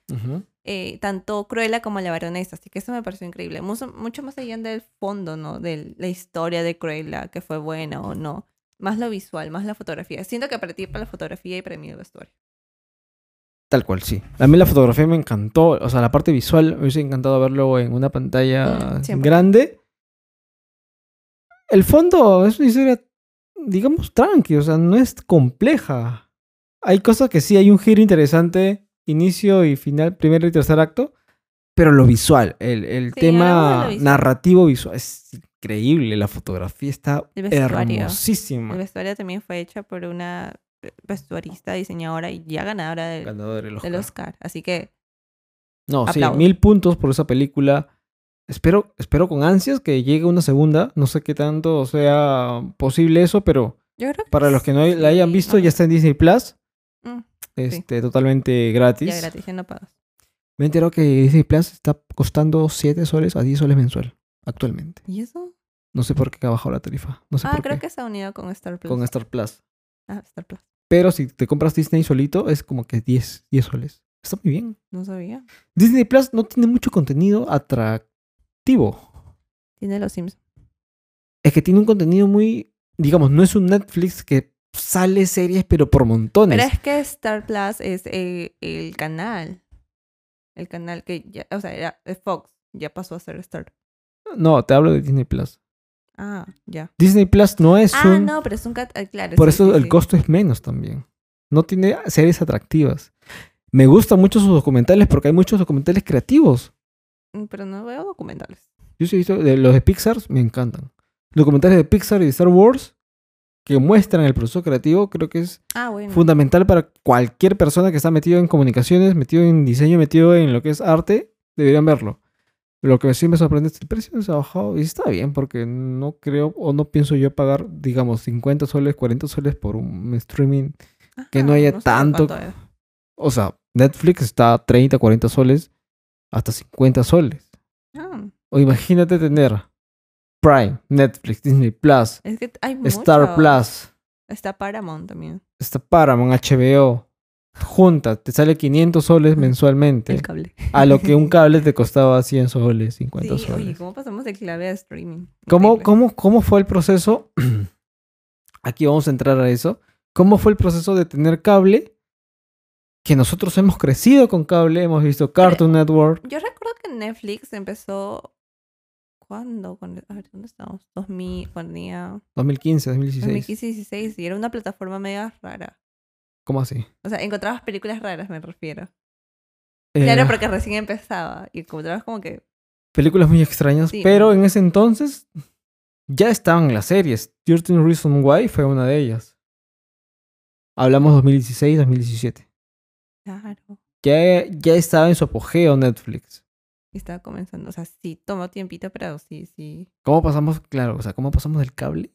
Speaker 2: eh, tanto Cruella como la baronesa, así que eso me pareció increíble. Mucho, mucho más allá del fondo, ¿no? De la historia de Cruella, que fue buena o no. Más lo visual, más la fotografía. Siento que para ti, para la fotografía y para mí el vestuario.
Speaker 1: Tal cual, sí. A mí la fotografía me encantó, o sea, la parte visual me hubiese encantado verlo en una pantalla
Speaker 2: Mm, siempre.
Speaker 1: grande. el fondo es una historia, digamos, tranqui, o sea, no es compleja. Hay cosas que sí, hay un giro interesante, inicio y final, primer y tercer acto, pero lo visual, el, el
Speaker 2: Sí, hablamos de
Speaker 1: tema
Speaker 2: lo visual.
Speaker 1: narrativo visual es increíble, la fotografía está
Speaker 2: El vestuario.
Speaker 1: hermosísima.
Speaker 2: El vestuario también fue hecha por una vestuarista, diseñadora y ya ganadora del,
Speaker 1: Ganador del
Speaker 2: del
Speaker 1: Oscar.
Speaker 2: Oscar. Así que
Speaker 1: No,
Speaker 2: Aplaudo.
Speaker 1: sí, mil puntos por esa película. Espero, espero con ansias que llegue una segunda. No sé qué tanto sea posible eso, pero
Speaker 2: yo creo que
Speaker 1: para los que no la hayan
Speaker 2: sí,
Speaker 1: visto,
Speaker 2: no.
Speaker 1: ya está en Disney Plus.
Speaker 2: Mm,
Speaker 1: Este, totalmente gratis.
Speaker 2: ya gratis, ya no pagas.
Speaker 1: Me he enterado que Disney Plus está costando 7 soles a 10 soles mensual actualmente.
Speaker 2: ¿Y eso?
Speaker 1: No sé por qué ha bajado la tarifa. No sé
Speaker 2: ah,
Speaker 1: por
Speaker 2: creo
Speaker 1: qué.
Speaker 2: que está unido con Star Plus.
Speaker 1: Con Star Plus.
Speaker 2: Ah, Star Plus.
Speaker 1: Pero si te compras Disney solito, es como que 10, 10 soles. Está muy bien.
Speaker 2: No sabía.
Speaker 1: Disney Plus no tiene mucho contenido atractivo.
Speaker 2: Tiene los Sims.
Speaker 1: es que tiene un contenido muy, digamos, no es un Netflix que sale series pero por montones.
Speaker 2: Pero es que Star Plus es el, el canal. El canal que ya, o sea, era de Fox. Ya pasó a ser Star.
Speaker 1: No, te hablo de Disney Plus.
Speaker 2: Ah, ya.
Speaker 1: Disney Plus no es
Speaker 2: Ah,
Speaker 1: un,
Speaker 2: no, pero es un cat. ah, claro.
Speaker 1: por
Speaker 2: sí,
Speaker 1: eso
Speaker 2: sí,
Speaker 1: el
Speaker 2: sí.
Speaker 1: costo es menos también. No tiene series atractivas. Me gustan mucho sus documentales porque hay muchos documentales creativos.
Speaker 2: Mm, Pero no veo documentales.
Speaker 1: Yo sí he visto de los de Pixar, me encantan. Documentales de Pixar y de Star Wars que muestran el proceso creativo, creo que es
Speaker 2: Ah, bueno.
Speaker 1: fundamental para cualquier persona que está metido en comunicaciones, metido en diseño, metido en lo que es arte, deberían verlo. Lo que sí me sorprende es que el precio se ha bajado y está bien porque no creo o no pienso yo pagar, digamos, 50 soles, 40 soles por un streaming. que no
Speaker 2: Ajá,
Speaker 1: haya
Speaker 2: sé
Speaker 1: tanto-
Speaker 2: Ah, cuánto es.
Speaker 1: O sea, Netflix está a 30, 40 soles, hasta 50 soles.
Speaker 2: Ah,
Speaker 1: O imagínate tener Prime, Netflix, Disney Plus,
Speaker 2: es que hay
Speaker 1: Star
Speaker 2: mucho.
Speaker 1: Plus,
Speaker 2: Está Paramount también.
Speaker 1: está Paramount, HBO. Junta, te sale 500 soles
Speaker 2: Ujú.
Speaker 1: mensualmente.
Speaker 2: El cable.
Speaker 1: A lo que un cable te costaba 100 soles, 50
Speaker 2: Sí, oye,
Speaker 1: soles.
Speaker 2: ¿cómo pasamos de clave a streaming?
Speaker 1: ¿Cómo,
Speaker 2: Increíble.
Speaker 1: cómo, ¿Cómo fue el proceso? Aquí vamos a entrar a eso. ¿Cómo fue el proceso de tener cable? Que nosotros hemos crecido con cable, hemos visto Cartoon Network.
Speaker 2: Yo recuerdo que Netflix empezó. ¿Cuándo? Cuando- a ver, ¿dónde estamos? 2000, cuando tenía
Speaker 1: 2015, 2016.
Speaker 2: 2016 y era una plataforma mega rara.
Speaker 1: ¿Cómo así?
Speaker 2: O sea, encontrabas películas raras, me refiero.
Speaker 1: Eh,
Speaker 2: Claro, porque recién empezaba y encontrabas como que.
Speaker 1: Películas muy extrañas,
Speaker 2: Sí.
Speaker 1: pero en ese entonces ya estaban las series. 13 Reasons Why fue una de ellas. Hablamos 2016, 2017.
Speaker 2: Claro.
Speaker 1: Ya, ya estaba en su apogeo Netflix.
Speaker 2: y Estaba comenzando. O sea, sí, tomó tiempito, pero sí, sí.
Speaker 1: ¿Cómo pasamos, claro, o sea, cómo pasamos del cable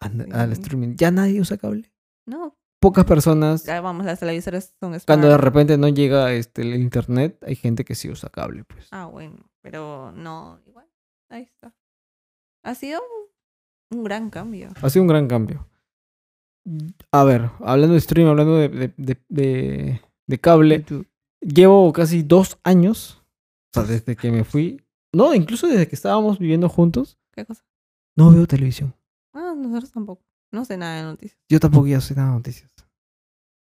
Speaker 1: a- al
Speaker 2: Sí.
Speaker 1: streaming? Ya nadie usa cable.
Speaker 2: No,
Speaker 1: Pocas personas.
Speaker 2: ya vamos, las televisoras son smart.
Speaker 1: Cuando de repente no llega este, el internet, hay gente que sí usa cable, pues.
Speaker 2: Ah, bueno, pero no, igual. Ahí está. Ha sido un, un gran cambio.
Speaker 1: Ha sido un gran cambio. A ver, hablando de streaming, hablando de, de- de- de- de cable, llevo casi dos años, o sea, desde que me fui, no, incluso desde que estábamos viviendo juntos,
Speaker 2: ¿Qué cosa?
Speaker 1: no veo televisión.
Speaker 2: Ah, nosotros tampoco. No sé nada de noticias.
Speaker 1: Yo tampoco ya sé nada de noticias.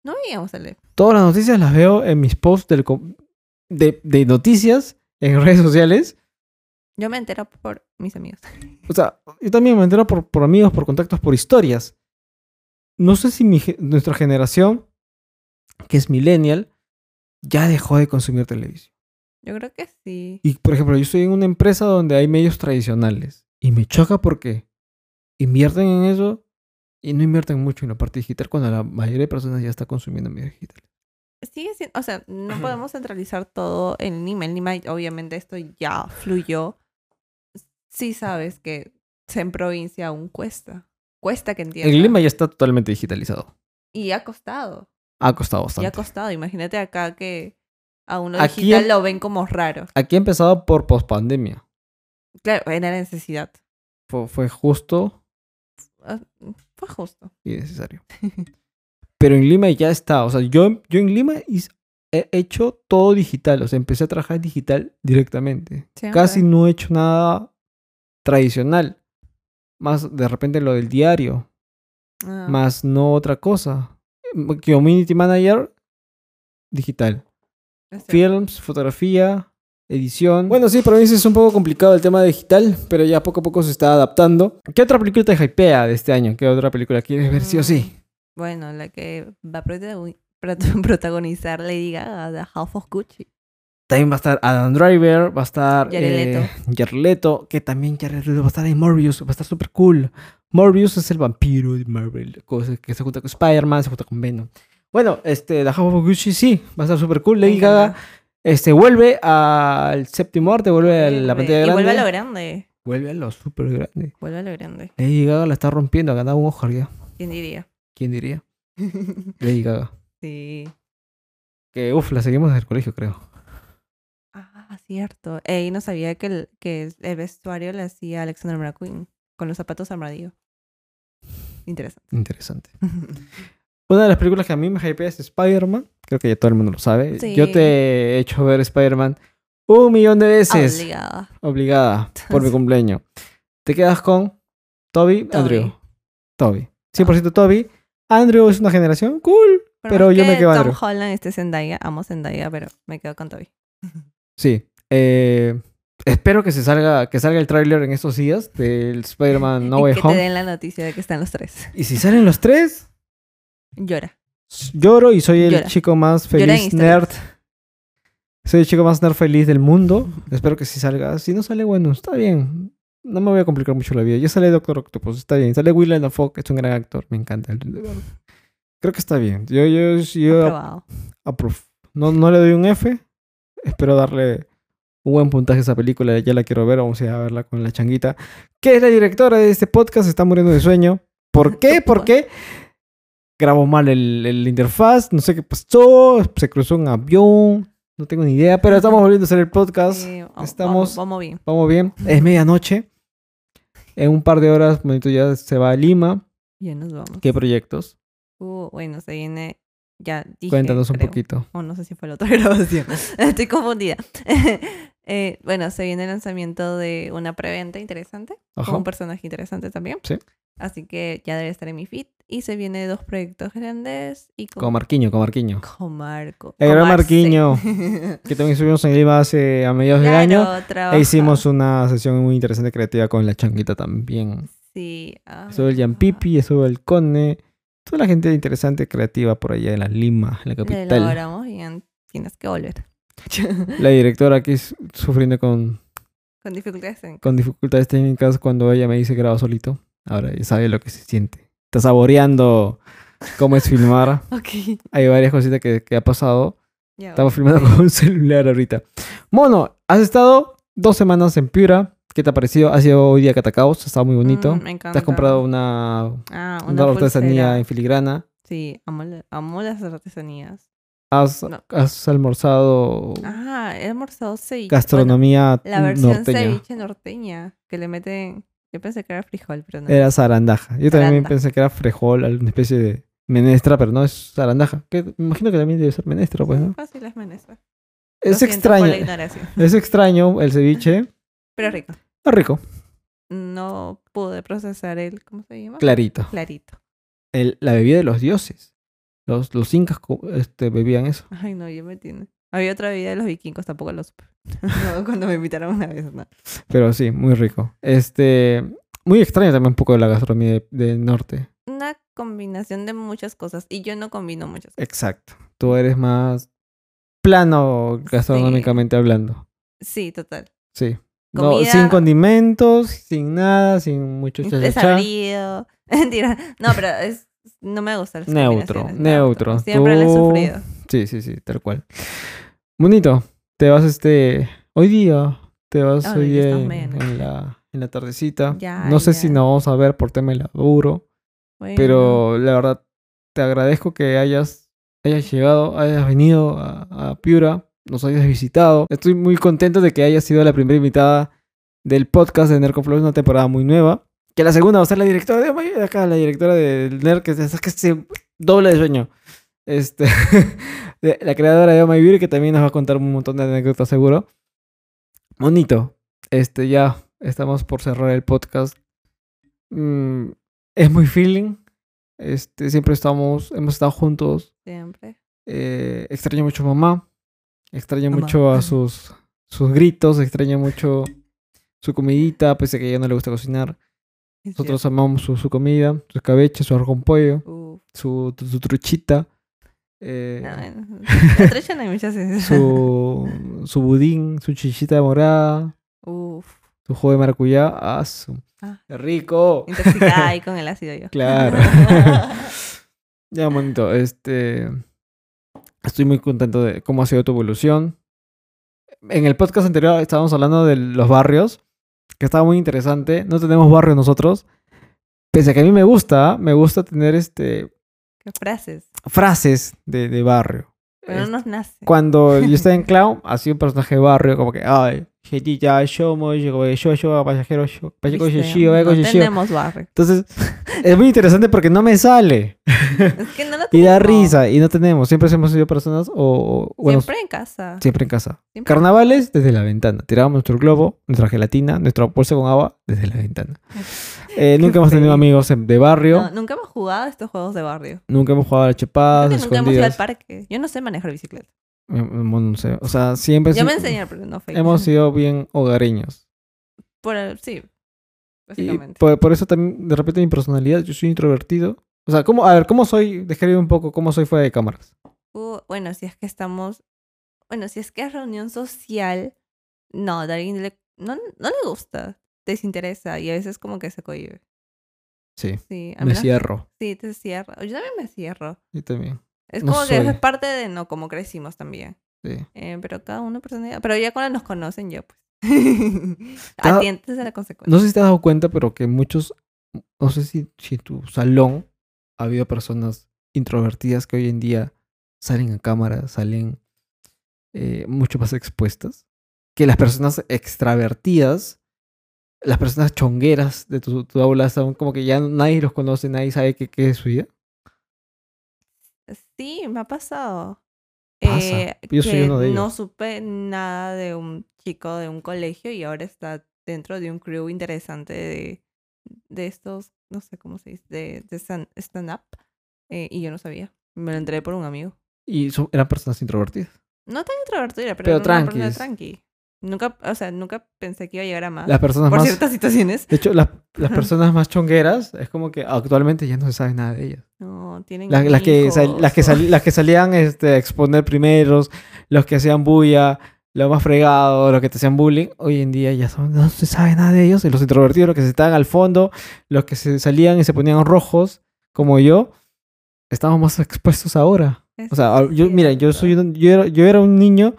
Speaker 2: No veíamos el
Speaker 1: Todas las noticias las veo en mis posts del com- de, de noticias en redes sociales.
Speaker 2: Yo me entero por mis amigos.
Speaker 1: O sea, yo también me entero por, por amigos, por contactos, por historias. No sé si mi ge- nuestra generación, que es millennial, ya dejó de consumir televisión.
Speaker 2: Yo creo que sí.
Speaker 1: Y, por ejemplo, yo estoy en una empresa donde hay medios tradicionales. Y me choca porque invierten en eso y no invierten mucho en la parte digital cuando la mayoría de personas ya está consumiendo medios digitales.
Speaker 2: Sigue siendo, o sea, no podemos centralizar todo en Lima. El Lima, obviamente, esto ya fluyó. Sí sabes que en provincia aún cuesta. Cuesta que entiendas.
Speaker 1: El Lima ya está totalmente digitalizado.
Speaker 2: Y ha costado.
Speaker 1: Ha costado
Speaker 2: Y ha
Speaker 1: bastante.
Speaker 2: costado. Imagínate acá que a uno
Speaker 1: Aquí
Speaker 2: digital
Speaker 1: en-
Speaker 2: lo ven como raro.
Speaker 1: Aquí ha empezado por pospandemia.
Speaker 2: Claro, era necesidad.
Speaker 1: Fue, fue justo
Speaker 2: Ah, Fue justo.
Speaker 1: y necesario. Pero en Lima ya está. O sea, yo, yo en Lima hice- he hecho todo digital. O sea, empecé a trabajar digital directamente. Casi no he hecho nada tradicional. Más de repente lo del diario.
Speaker 2: Ah,
Speaker 1: Más no otra cosa. Mm, Community manager, digital.
Speaker 2: es cierto.
Speaker 1: Films, fotografía, edición.
Speaker 4: Bueno, sí, para mí sí es un poco complicado el tema digital, pero ya poco a poco se está adaptando. ¿Qué otra película te hypea de este año? ¿Qué otra película quieres ver sí o sí?
Speaker 2: Mm. Bueno, la que va a protagu- prot- protagonizar Lady Gaga, The House of Gucci.
Speaker 1: También va a estar Adam Driver, va a estar
Speaker 2: Jared Leto.
Speaker 1: eh, Jared Leto, que también Jared Leto va a estar en Morbius, va a estar súper cool. Morbius es el vampiro de Marvel, cosa que se junta con Spider-Man, se junta con Venom. Bueno, este, la House of Gucci sí, va a estar súper cool. Lady
Speaker 2: Me
Speaker 1: Gaga
Speaker 2: encanta.
Speaker 1: este, vuelve al séptimo arte, vuelve a la
Speaker 2: Vuelve-
Speaker 1: pantalla
Speaker 2: Y
Speaker 1: grande.
Speaker 2: vuelve a lo grande.
Speaker 1: Vuelve a lo súper grande.
Speaker 2: Vuelve a lo grande.
Speaker 1: Lady Gaga la está rompiendo, ha ganado un Oscar ya.
Speaker 2: ¿Quién diría?
Speaker 1: ¿Quién diría? Lady Gaga.
Speaker 2: sí.
Speaker 1: Que uff, la seguimos desde el colegio, creo.
Speaker 2: Ah, cierto. Ey, no sabía que el, que el vestuario le hacía Alexander McQueen con los zapatos armadillo. Interesante.
Speaker 1: Interesante. Una de las películas que a mí me hypea es Spider-Man. Creo que ya todo el mundo lo sabe. Yo
Speaker 2: Sí.
Speaker 1: te he hecho ver Spider-Man un millón de veces.
Speaker 2: Obligada.
Speaker 1: obligada por mi cumpleaños. Te quedas con Toby,
Speaker 2: Toby. Ah.
Speaker 1: Andrew. Toby. 100% Toby. Andrew es una generación cool.
Speaker 2: Por
Speaker 1: Pero
Speaker 2: más
Speaker 1: yo me
Speaker 2: que
Speaker 1: quedo
Speaker 2: Tom
Speaker 1: Andrew.
Speaker 2: Holland este Zendaya, amo Zendaya, pero me quedo con Toby.
Speaker 1: Sí. Eh, espero que se salga, que salga el tráiler en estos días del Spider-Man No
Speaker 2: y
Speaker 1: Way
Speaker 2: que
Speaker 1: Home.
Speaker 2: te den la noticia de que están los tres.
Speaker 1: Y si salen los tres,
Speaker 2: Llora.
Speaker 1: lloro y soy el
Speaker 2: Llora.
Speaker 1: chico más
Speaker 2: Llora en
Speaker 1: feliz
Speaker 2: Instagram.
Speaker 1: nerd. Soy el chico más nerd feliz del mundo. Espero que si salga. Si no sale, bueno, está bien. No me voy a complicar mucho la vida. Ya sale Doctor Octopus, está bien. Sale Willem Dafoe, que es un gran actor. Me encanta. Creo que está bien. Yo, yo, yo
Speaker 2: Aprobado.
Speaker 1: approve. No, no le doy un F. Espero darle un buen puntaje a esa película. Ya la quiero ver. Vamos a ir a verla con la changuita. Que es la directora de este podcast. Está muriendo de sueño. ¿Por qué? Porque grabó mal el, el interfaz. No sé qué pasó. Se cruzó un avión. No tengo ni idea. Pero estamos volviendo a hacer el podcast.
Speaker 2: Sí, vamos-
Speaker 1: estamos-
Speaker 2: Eh, Vamos, vamos bien.
Speaker 1: Vamos bien. Es medianoche. En un par de horas, Monito ya se va a Lima.
Speaker 2: Ya nos vamos.
Speaker 1: ¿Qué proyectos?
Speaker 2: Uh, bueno, se viene. Ya dije.
Speaker 1: Cuéntanos un
Speaker 2: eh, creo.
Speaker 1: poquito.
Speaker 2: O no sé si fue la otra grabación. Estoy confundida. Eh, bueno, se viene el lanzamiento de una preventa interesante.
Speaker 1: Ajá.
Speaker 2: con un personaje interesante también.
Speaker 1: Sí.
Speaker 2: Así que ya debe estar en mi feed. Y se viene dos proyectos grandes y
Speaker 1: Con
Speaker 2: con,
Speaker 1: Marquiño, con Marquiño.
Speaker 2: con Marco.
Speaker 1: El
Speaker 2: con
Speaker 1: gran
Speaker 2: Marce.
Speaker 1: Marquiño. Que también subimos en Lima hace a mediados de año.
Speaker 2: Claro, trabaja.
Speaker 4: E
Speaker 1: Hicimos
Speaker 4: hicimos
Speaker 1: una sesión muy interesante creativa con la changuita también.
Speaker 2: Sí. ah.
Speaker 1: Estuvo el Yampipi, estuvo el Cone, toda la gente interesante creativa por allá en la Lima, en la
Speaker 2: Lo
Speaker 1: capital.
Speaker 2: logramos bien. Tienes que volver.
Speaker 1: La directora aquí s- sufriendo con,
Speaker 2: con dificultades en...
Speaker 1: con dificultades técnicas cuando ella me dice graba solito. Ahora ya sabe lo que se siente. Está saboreando cómo es filmar.
Speaker 2: Ok.
Speaker 1: Hay varias cositas que, que ha pasado.
Speaker 2: Ya Mm,
Speaker 1: Estamos filmando con un celular ahorita. Mono, has estado dos semanas en Piura. ¿Qué te ha parecido? Ha sido hoy día Catacaos. Ha estado muy
Speaker 2: voy.
Speaker 1: bonito.
Speaker 2: Mm, me encanta.
Speaker 1: Te has comprado una,
Speaker 2: Ah,
Speaker 1: una,
Speaker 2: una
Speaker 1: artesanía
Speaker 2: pulsera.
Speaker 1: en filigrana.
Speaker 2: Sí, amo, la- amo las artesanías.
Speaker 1: Has,
Speaker 2: No.
Speaker 1: has almorzado
Speaker 2: Ah, he almorzado ceviche. Bueno,
Speaker 1: gastronomía
Speaker 2: la versión
Speaker 1: mm, norteña.
Speaker 2: ceviche norteña. Que le meten... Yo pensé que era frijol, pero no.
Speaker 1: Era zarandaja. Yo también
Speaker 2: Zaranda.
Speaker 1: pensé que era frejol, alguna especie de menestra, pero no es zarandaja. Que me imagino que también debe ser menestra, pues, ¿no?
Speaker 2: Fácil es menestra. Lo
Speaker 1: Es
Speaker 2: siento por la
Speaker 1: extraño.
Speaker 2: ignorancia,
Speaker 1: Es extraño el ceviche.
Speaker 2: Pero rico.
Speaker 1: Está rico.
Speaker 2: No pude procesar el. ¿Cómo se llama?
Speaker 1: Clarito.
Speaker 2: Clarito.
Speaker 1: El- la bebida de los dioses. Los, los incas co- este, bebían eso.
Speaker 2: Ay, no, yo me tiene. Había otra vida de los vikingos, tampoco lo supe. No, cuando me invitaron una vez, no.
Speaker 1: Pero sí, muy rico. Este, muy extraño también un poco de la gastronomía de- del norte.
Speaker 2: Una combinación de muchas cosas. Y yo no combino muchas cosas.
Speaker 1: Exacto. Tú eres más plano gastronómicamente hablando.
Speaker 2: Sí, total.
Speaker 1: Sí. No,
Speaker 2: Comida-
Speaker 1: sin condimentos, sin nada, sin mucho cha, cha, cha.
Speaker 2: Desabrido. Mentira. No, pero es. No me gustan las
Speaker 1: Neutro,
Speaker 2: combinaciones,
Speaker 1: neutro.
Speaker 2: Siempre le he
Speaker 1: Tú-
Speaker 2: sufrido.
Speaker 1: Sí, sí, sí, tal cual. Bonito. Te vas este hoy día, te vas
Speaker 2: Ah,
Speaker 1: hoy
Speaker 2: ya estamos
Speaker 1: en,
Speaker 2: medianoche.
Speaker 1: en la en la tardecita.
Speaker 2: Ya,
Speaker 1: no sé
Speaker 2: ya.
Speaker 1: si nos vamos a ver por tema de laburo.
Speaker 2: Bueno,
Speaker 1: Pero la verdad, te agradezco que hayas, hayas llegado, hayas venido a, a Piura, nos hayas visitado. Estoy muy contento de que hayas sido la primera invitada del podcast de Nercoflow, una temporada muy nueva. Que la segunda va a ser la directora de vaya acá, la directora del Nerd, que se, que se dobla de sueño. Este, de- la creadora de Oh My Beauty, que también nos va a contar un montón de anécdotas, seguro. Monito, este, ya estamos por cerrar el podcast. Mm, es muy feeling. Este, siempre estamos, hemos estado juntos.
Speaker 2: Siempre.
Speaker 1: Eh, extraño mucho a mamá. Extraño
Speaker 2: Mamá.
Speaker 1: mucho a sus, sus gritos, extraña mucho su comidita, pese a que ella no le gusta cocinar.
Speaker 2: Es
Speaker 1: Nosotros amamos su, su comida, su escabeche, su arroz con pollo,
Speaker 2: cierto. Uf,
Speaker 1: su, su truchita, eh,
Speaker 2: no, bueno, la trecha no hay muchas veces.
Speaker 1: su, su budín, su chichita de morada,
Speaker 2: Uf,
Speaker 1: su jugo de maracuyá. ¡Ah, su-
Speaker 2: Ah.
Speaker 1: ¡Qué rico!
Speaker 2: intoxicada ahí con el ácido yo.
Speaker 1: Claro. ya, bonito. Este, estoy muy contento de cómo ha sido tu evolución. En el podcast anterior estábamos hablando de los barrios, que estaba muy interesante. No tenemos barrios nosotros. Pese a que a mí me gusta, me gusta tener este,
Speaker 2: Qué frases.
Speaker 1: frases de, de barrio.
Speaker 2: Pero
Speaker 1: Este,
Speaker 2: no nos nace.
Speaker 1: Cuando yo estaba en Clown, hacía un personaje de barrio, como que, ay, jetita, yo, moi, yo, yo, yo, pasajero, yo, pacheco, yo,
Speaker 2: ¿Viste?
Speaker 1: yo, yo,
Speaker 2: No
Speaker 1: yo.
Speaker 2: tenemos barrio.
Speaker 1: Entonces, es muy interesante porque no me sale.
Speaker 2: Es que no lo
Speaker 1: Y da
Speaker 2: tenemos.
Speaker 1: risa, y no tenemos. Siempre hemos sido personas o. o- bueno, siempre,
Speaker 2: Siempre en casa.
Speaker 1: en casa.
Speaker 2: Siempre.
Speaker 1: Carnavales desde la ventana. Tirábamos nuestro globo, nuestra gelatina, nuestra bolsa con agua desde la ventana. Eh,
Speaker 2: Qué
Speaker 1: nunca hemos tenido
Speaker 2: feo.
Speaker 1: amigos en- de barrio.
Speaker 2: No, nunca hemos jugado a estos juegos de barrio.
Speaker 1: Nunca hemos jugado a las
Speaker 2: Creo
Speaker 1: chepadas,
Speaker 2: que nunca hemos ido al
Speaker 1: escondidas.
Speaker 2: parque. Yo no sé manejar bicicleta.
Speaker 1: Mm, mm, no sé, O sea, siempre.
Speaker 2: Ya me
Speaker 1: sí-
Speaker 2: enseñaron, pero no fue.
Speaker 1: Hemos sido bien hogareños.
Speaker 2: Por el- sí,
Speaker 1: Y
Speaker 2: básicamente.
Speaker 1: por, por eso también, de repente, mi personalidad, yo soy introvertido. O sea, ¿cómo, a ver, ¿cómo soy? Describe un poco cómo soy fuera de cámaras.
Speaker 2: Uh, bueno, si es que estamos. Bueno, si es que es reunión social, no, de alguien le- no, no le gusta, desinteresa y a veces como que se cohíbe.
Speaker 1: Sí.
Speaker 2: Sí, a
Speaker 1: Me
Speaker 2: menos que
Speaker 1: cierro.
Speaker 2: sí, te cierra. Yo también me cierro.
Speaker 1: Yo también.
Speaker 2: Es
Speaker 1: No
Speaker 2: como que eso
Speaker 1: soy.
Speaker 2: es parte de no, como crecimos también.
Speaker 1: Sí.
Speaker 2: Eh, pero cada uno personalidad. Pero ya cuando nos conocen, ya pues.
Speaker 1: Cada-
Speaker 2: Atientes a la consecuencia.
Speaker 1: No sé si te has dado cuenta, pero que muchos, no sé si, si en tu salón ha habido personas introvertidas que hoy en día salen a cámara, salen eh, mucho más expuestas. Que las personas extravertidas, las personas chongueras de tu, tu aula son como que ya nadie los conoce, nadie sabe qué, qué es su vida.
Speaker 2: Sí, me ha pasado. eh,
Speaker 1: Pasa. Yo soy
Speaker 2: que
Speaker 1: uno de
Speaker 2: No
Speaker 1: ellos.
Speaker 2: supe nada de un chico de un colegio y ahora está dentro de un crew interesante de, de estos, no sé cómo se dice, de, de stan- stand-up. eh, y yo no sabía. Me lo entré por un amigo.
Speaker 1: Y son- eran personas introvertidas.
Speaker 2: No tan introvertida, pero,
Speaker 1: Pero
Speaker 2: era una persona
Speaker 1: tranquis.
Speaker 2: tranqui. Nunca, o sea, nunca pensé que iba a llegar a más.
Speaker 1: Las personas
Speaker 2: Ah, por
Speaker 1: más...
Speaker 2: ciertas situaciones.
Speaker 1: De hecho, las, las personas más chongueras es como que actualmente ya no se sabe nada de ellas.
Speaker 2: No, tienen
Speaker 1: Las, las que, sal- las, que
Speaker 2: hijos,
Speaker 1: sal- las que salían este, a exponer primeros, los que hacían bulla, los más fregados, los que te hacían bullying, hoy en día ya son- no se sabe nada de ellos. Y los introvertidos, los que se estaban al fondo, los que se salían y se ponían rojos, como yo, estamos más expuestos ahora.
Speaker 2: es
Speaker 1: O sea, a- yo, mira, yo,
Speaker 2: cierto.
Speaker 1: soy un- yo, era, yo era un niño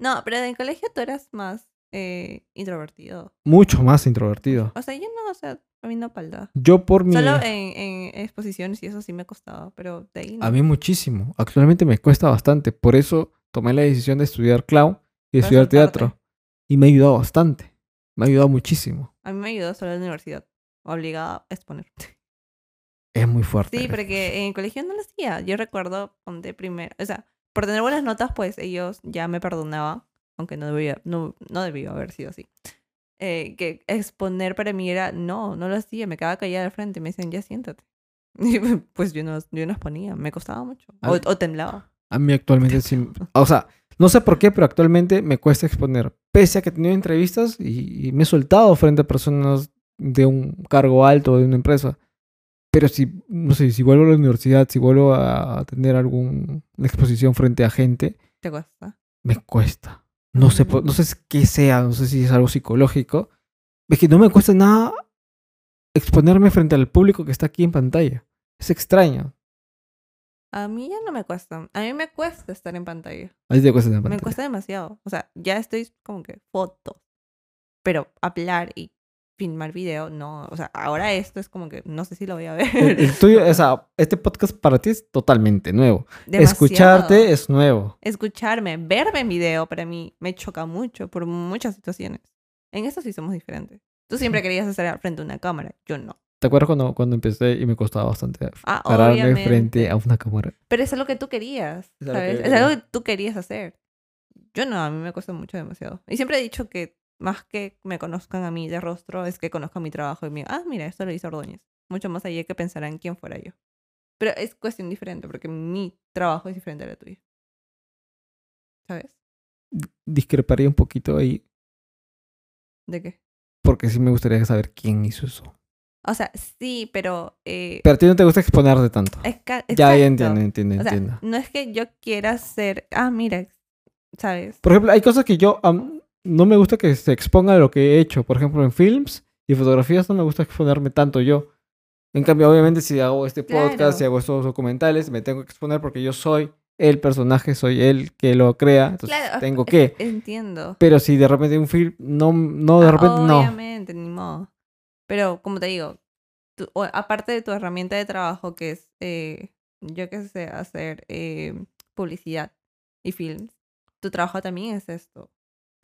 Speaker 2: No, pero en el colegio tú eras más eh, introvertido.
Speaker 1: mucho más introvertido.
Speaker 2: O sea, yo no, o sea, a mí no palda.
Speaker 1: Yo por mi...
Speaker 2: Solo en, en exposiciones y eso sí me costaba, pero de ahí no.
Speaker 1: A mí muchísimo. Actualmente me cuesta bastante. Por eso tomé la decisión de estudiar clown y de
Speaker 2: Para
Speaker 1: estudiar
Speaker 2: soltarte.
Speaker 1: teatro. Y me ha ayudado bastante. Me ha ayudado muchísimo.
Speaker 2: A mí me ayudó solo la universidad, obligada a exponer.
Speaker 1: Es muy fuerte.
Speaker 2: Sí, porque en el colegio no lo hacía. Yo recuerdo, ponte primero, o sea, por tener buenas notas, pues ellos ya me perdonaban, aunque no debía, no, no debió haber sido así. Eh, que exponer para mí era, no, no lo hacía, me quedaba callada al frente, me decían, ya siéntate. Y, pues yo no, yo no exponía, me costaba mucho.
Speaker 1: A
Speaker 2: O,
Speaker 1: mí-
Speaker 2: o temblaba.
Speaker 1: A mí actualmente sí. O sea, no sé por qué, pero actualmente me cuesta exponer. Pese a que he tenido entrevistas y, y me he soltado frente a personas de un cargo alto de una empresa. Pero si, no sé, si vuelvo a la universidad, si vuelvo a a tener alguna exposición frente a gente,
Speaker 2: ¿Te cuesta?
Speaker 1: me cuesta. No sé, po- no sé si- qué sea, no sé si es algo psicológico. Es que no me cuesta nada exponerme frente al público que está aquí en pantalla. Es extraño.
Speaker 2: A mí ya no me cuesta. A mí me cuesta estar en pantalla.
Speaker 1: A ti te cuesta en la
Speaker 2: Me
Speaker 1: pantalla.
Speaker 2: cuesta demasiado. O sea, ya estoy como que fotos. Pero hablar y filmar video, no. O sea, ahora esto es como que no sé si lo voy a
Speaker 1: El,
Speaker 2: ver.
Speaker 1: el tuyo, o sea, este podcast para ti es totalmente nuevo. Escucharte
Speaker 2: Demasiado.
Speaker 1: es nuevo.
Speaker 2: Escucharme, verme en video para mí me choca mucho por muchas situaciones. En eso sí somos diferentes. Tú siempre querías hacer al frente a una cámara, yo no.
Speaker 1: ¿Te acuerdas cuando, cuando empecé y me costaba bastante
Speaker 2: Ah,
Speaker 1: pararme
Speaker 2: obviamente.
Speaker 1: frente a una cámara?
Speaker 2: Pero es algo que tú querías,
Speaker 1: Es algo
Speaker 2: ¿sabes?
Speaker 1: que-
Speaker 2: Es algo que tú querías hacer. Yo no, a mí me cuesta mucho demasiado. Y siempre he dicho que más que me conozcan a mí de rostro, es que conozcan mi trabajo y me digan, ah, mira, esto lo hizo Ordóñez. Mucho más allá que pensarán quién fuera yo. Pero es cuestión diferente, porque mi trabajo es diferente a la tuya. ¿Sabes?
Speaker 1: discreparía un poquito ahí,
Speaker 2: ¿De qué?
Speaker 1: porque sí me gustaría saber quién hizo eso.
Speaker 2: O sea, sí, pero... eh,
Speaker 1: Pero a ti no te gusta exponerte tanto.
Speaker 2: es ca-
Speaker 1: Ya, ya
Speaker 2: exacto.
Speaker 1: entiendo, entiendo,
Speaker 2: O sea,
Speaker 1: entiendo.
Speaker 2: no es que yo quiera ser... Ah, mira, ¿sabes?
Speaker 1: Por ejemplo, hay cosas que yo am, no me gusta que se exponga lo que he hecho. Por ejemplo, en films y fotografías no me gusta exponerme tanto yo. En cambio, obviamente, si hago este podcast,
Speaker 2: Claro.
Speaker 1: si hago estos documentales, me tengo que exponer porque yo soy el personaje, soy el que lo crea. Entonces,
Speaker 2: Claro,
Speaker 1: tengo
Speaker 2: es-
Speaker 1: que.
Speaker 2: Entiendo.
Speaker 1: Pero si de repente un film, no, no, de
Speaker 2: Ah,
Speaker 1: repente no.
Speaker 2: Obviamente, ni modo. Pero como te digo, tú- o- aparte de tu herramienta de trabajo, que es, eh, yo qué sé, hacer eh, publicidad y films, tu trabajo también es esto,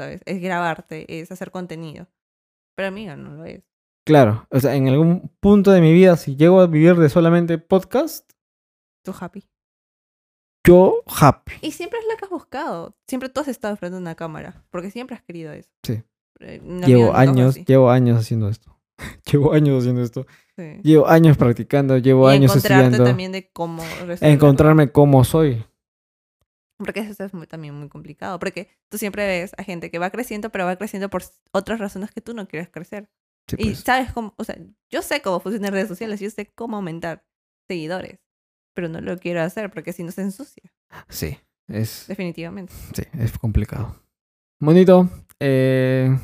Speaker 2: ¿sabes? Es grabarte, es hacer contenido. Pero amiga, no lo es.
Speaker 1: Claro, o sea, en algún punto de mi vida, si llego a vivir de solamente podcast,
Speaker 2: Tú happy.
Speaker 1: yo happy.
Speaker 2: Y siempre es la que has buscado. Siempre tú has estado frente a una cámara, porque siempre has querido eso.
Speaker 1: Sí.
Speaker 2: Eh, no,
Speaker 1: llevo
Speaker 2: amiga, no todos
Speaker 1: años,
Speaker 2: así.
Speaker 1: llevo años haciendo esto. llevo años haciendo esto.
Speaker 2: Sí.
Speaker 1: Llevo años practicando, llevo
Speaker 2: Y
Speaker 1: años
Speaker 2: encontrarte
Speaker 1: estudiando.
Speaker 2: también de cómo resolverlo.
Speaker 1: Encontrarme cómo soy.
Speaker 2: Porque eso es muy- también muy complicado. Porque tú siempre ves a gente que va creciendo, pero va creciendo por s- otras razones que tú no quieres crecer.
Speaker 1: Sí,
Speaker 2: y
Speaker 1: pues.
Speaker 2: sabes cómo, o sea, yo sé cómo funcionan redes sociales, yo sé cómo aumentar seguidores, pero no lo quiero hacer porque si no se ensucia,
Speaker 1: Sí, es,
Speaker 2: definitivamente.
Speaker 1: sí, es complicado. Bonito. eh,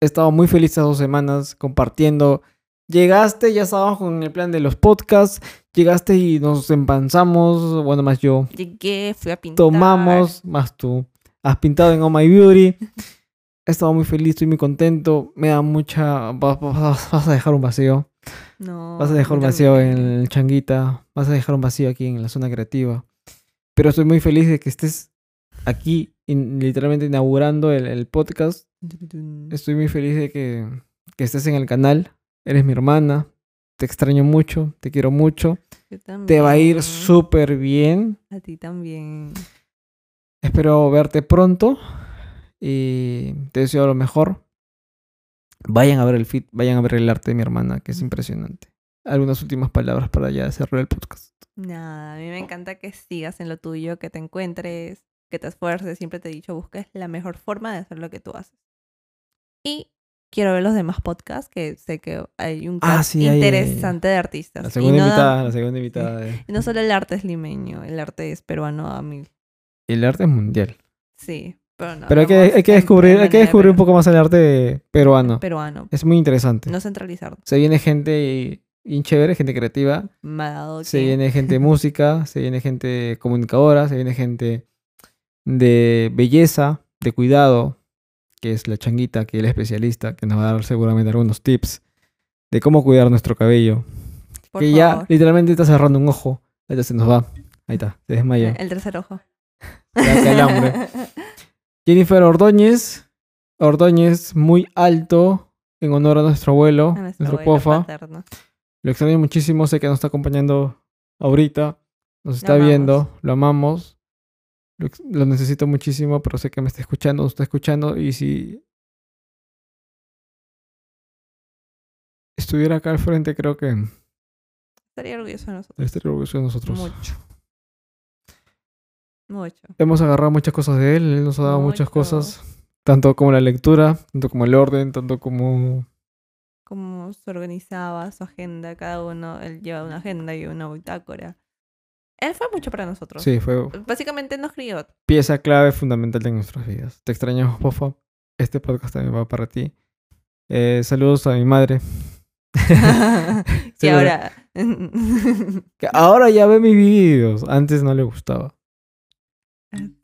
Speaker 1: he estado muy feliz estas dos semanas compartiendo. Llegaste, ya estábamos con el plan de los podcasts. Llegaste y nos empanzamos. Bueno, más yo.
Speaker 2: Llegué, fui a pintar.
Speaker 1: Tomamos, más tú. Has pintado en Oh My Beauty. He estado muy feliz, estoy muy contento. Me da mucha. Vas, vas- vas a dejar un vacío.
Speaker 2: No,
Speaker 1: Vas a dejar un
Speaker 2: yo
Speaker 1: vacío
Speaker 2: también.
Speaker 1: en el Changuita, vas a dejar un vacío aquí en la zona creativa. Pero estoy muy feliz de que estés aquí, in- literalmente inaugurando el, el podcast. Estoy muy feliz de que, que estés en el canal. Eres mi hermana. Te extraño mucho, te quiero mucho.
Speaker 2: Yo también.
Speaker 1: Te va a ir súper bien.
Speaker 2: A ti también.
Speaker 1: Espero verte pronto y te deseo lo mejor. Vayan a ver el fit, vayan a ver el arte de mi hermana, que es impresionante. Algunas últimas palabras para ya cerrar el podcast.
Speaker 2: Nada, a mí me encanta que sigas en lo tuyo, que te encuentres, que te esfuerces. Siempre te he dicho, busques la mejor forma de hacer lo que tú haces. Y quiero ver los demás podcasts, que sé que hay un
Speaker 1: Ah,
Speaker 2: cast
Speaker 1: sí, hay-
Speaker 2: interesante de artistas.
Speaker 1: La
Speaker 2: Y
Speaker 1: segunda
Speaker 2: no dan-
Speaker 1: invitada, la segunda invitada. de-
Speaker 2: y no solo el arte es limeño, el arte es peruano a mil.
Speaker 1: El arte es mundial.
Speaker 2: Sí, pero no.
Speaker 1: Pero hay que,
Speaker 2: hablamos
Speaker 1: hay que
Speaker 2: en- en
Speaker 1: descubrir, hay que
Speaker 2: manera
Speaker 1: descubrir un
Speaker 2: peru-
Speaker 1: poco más el arte peruano.
Speaker 2: peruano.
Speaker 1: Es muy interesante.
Speaker 2: No centralizar.
Speaker 1: Se viene gente bien chévere, gente creativa.
Speaker 2: Me ha dado
Speaker 1: Se
Speaker 2: que-
Speaker 1: viene gente de música, se viene gente comunicadora, se viene gente de belleza, de cuidado, que es la changuita, que es la especialista, que nos va a dar seguramente algunos tips de cómo cuidar nuestro cabello.
Speaker 2: por
Speaker 1: que ya
Speaker 2: favor,
Speaker 1: literalmente está cerrando un ojo. Ahí se nos va. Ahí está, se desmayó.
Speaker 2: El tercer ojo.
Speaker 1: Ya que el hambre. Jennifer Ordóñez. Ordóñez, muy alto, en honor a nuestro abuelo,
Speaker 2: A
Speaker 1: nuestro,
Speaker 2: nuestro abuelo
Speaker 1: pofa.
Speaker 2: paterno.
Speaker 1: Lo extraño muchísimo, sé que nos está acompañando ahorita, nos está
Speaker 2: amamos.
Speaker 1: viendo, lo amamos. Lo, ex- lo necesito muchísimo, pero sé que me está escuchando, nos está escuchando y si estuviera acá al frente creo que
Speaker 2: Estaría orgulloso de nosotros.
Speaker 1: estaría orgulloso de nosotros.
Speaker 2: Mucho. Mucho.
Speaker 1: Hemos agarrado muchas cosas de él, él nos ha dado muchas
Speaker 2: Mucho.
Speaker 1: cosas, tanto como la lectura, tanto como el orden, tanto como
Speaker 2: Cómo se organizaba su agenda, cada uno, él lleva una agenda y una bitácora. Él fue mucho para nosotros.
Speaker 1: Sí, fue
Speaker 2: Básicamente nos crió.
Speaker 1: pieza clave fundamental de nuestras vidas. Te extraño, Pofa. Este podcast también va para ti. Eh, saludos a mi madre.
Speaker 2: y
Speaker 1: Seguro.
Speaker 2: ahora. Ah,
Speaker 1: Que ahora ya ve mis videos. Antes no le gustaba.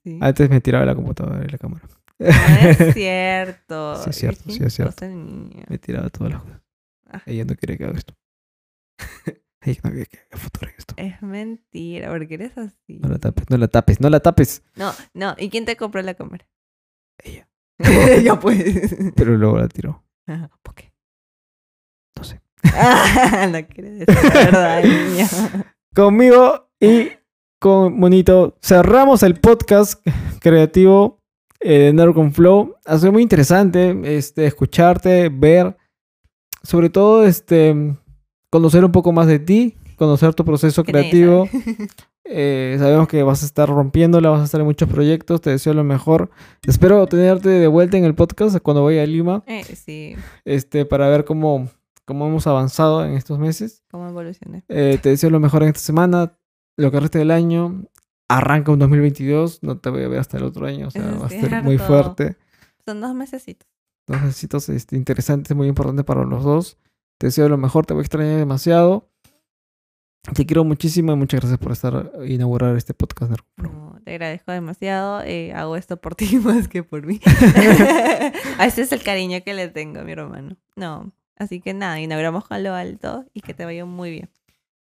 Speaker 2: Sí.
Speaker 1: Antes me tiraba la computadora y la cámara.
Speaker 2: No es cierto.
Speaker 1: Sí, es cierto,
Speaker 2: Qué
Speaker 1: sí, es cierto.
Speaker 2: chistoso el niño.
Speaker 1: Me tiraba todas las cosas.
Speaker 2: Ah.
Speaker 1: Ella no quiere que haga esto. Ella no quiere que haga futuro en esto.
Speaker 2: Es mentira, porque eres así.
Speaker 1: No la tapes, no la tapes, no la tapes.
Speaker 2: No, no. ¿Y quién te compró la cámara?
Speaker 1: Ella.
Speaker 2: Yo pues.
Speaker 1: Pero luego la tiró.
Speaker 2: Ajá, ¿Por qué?
Speaker 1: No sé.
Speaker 2: no quiere decir la verdad, niño.
Speaker 1: Conmigo y con Monito cerramos el podcast creativo eh, de Nerd con Flow. Ha sido muy interesante este, escucharte, ver, sobre todo este, conocer un poco más de ti, conocer tu proceso
Speaker 2: Que nadie
Speaker 1: creativo,
Speaker 2: sabe.
Speaker 1: Eh, sabemos que vas a estar rompiéndola, vas a estar en muchos proyectos. Te deseo lo mejor. Espero tenerte de vuelta en el podcast cuando vaya a Lima
Speaker 2: Eh, sí,
Speaker 1: este, para ver cómo, cómo hemos avanzado en estos meses.
Speaker 2: cómo evolucioné.
Speaker 1: Eh, te deseo lo mejor en esta semana, lo que reste del año. Arranca un 2022, no te voy a ver hasta el otro año, o sea,
Speaker 2: Eso es
Speaker 1: va a ser muy
Speaker 2: cierto.
Speaker 1: fuerte.
Speaker 2: Son dos mesecitos.
Speaker 1: Dos éxitos este, interesantes, muy importantes para los dos. Te deseo lo mejor, te voy a extrañar demasiado. Te quiero muchísimo y muchas gracias por estar inaugurar este podcast. Nervo.
Speaker 2: No, te agradezco demasiado. eh, hago esto por ti más que por mí. Ese es el cariño que le tengo a mi hermano. No, así que nada, inauguramos con lo alto y que te vaya muy bien.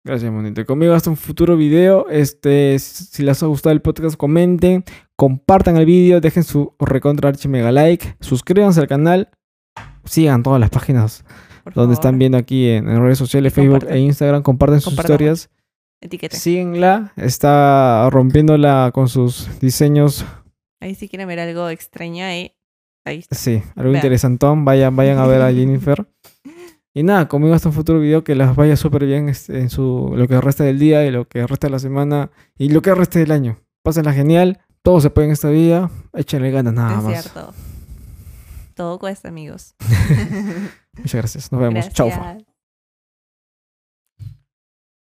Speaker 1: Gracias, Monito. Conmigo hasta un futuro video. Este, s- si les ha gustado el podcast, comenten, compartan el video, dejen su recontra archi mega like, suscríbanse al canal, sigan todas las páginas
Speaker 2: Por
Speaker 1: donde
Speaker 2: favor,
Speaker 1: están viendo aquí en, en redes sociales, Facebook
Speaker 2: Compartan.
Speaker 1: e Instagram, comparten sus
Speaker 2: Compartamos.
Speaker 1: historias.
Speaker 2: Etiqueta.
Speaker 1: Síguenla, está rompiéndola con sus diseños.
Speaker 2: Ahí si quieren ver algo extraño ahí. Ahí está.
Speaker 1: Sí, algo
Speaker 2: Vean.
Speaker 1: interesantón. Vayan, vayan a ver a Jennifer. Y nada, conmigo hasta un futuro video que las vaya súper bien este, en su, lo que resta del día y lo que resta de la semana y lo que resta del año. Pásenla genial, todo se puede en esta vida. Échenle ganas nada
Speaker 2: es
Speaker 1: más.
Speaker 2: cierto. Todo cuesta, amigos.
Speaker 1: Muchas gracias, nos vemos. Chau.
Speaker 2: Gracias.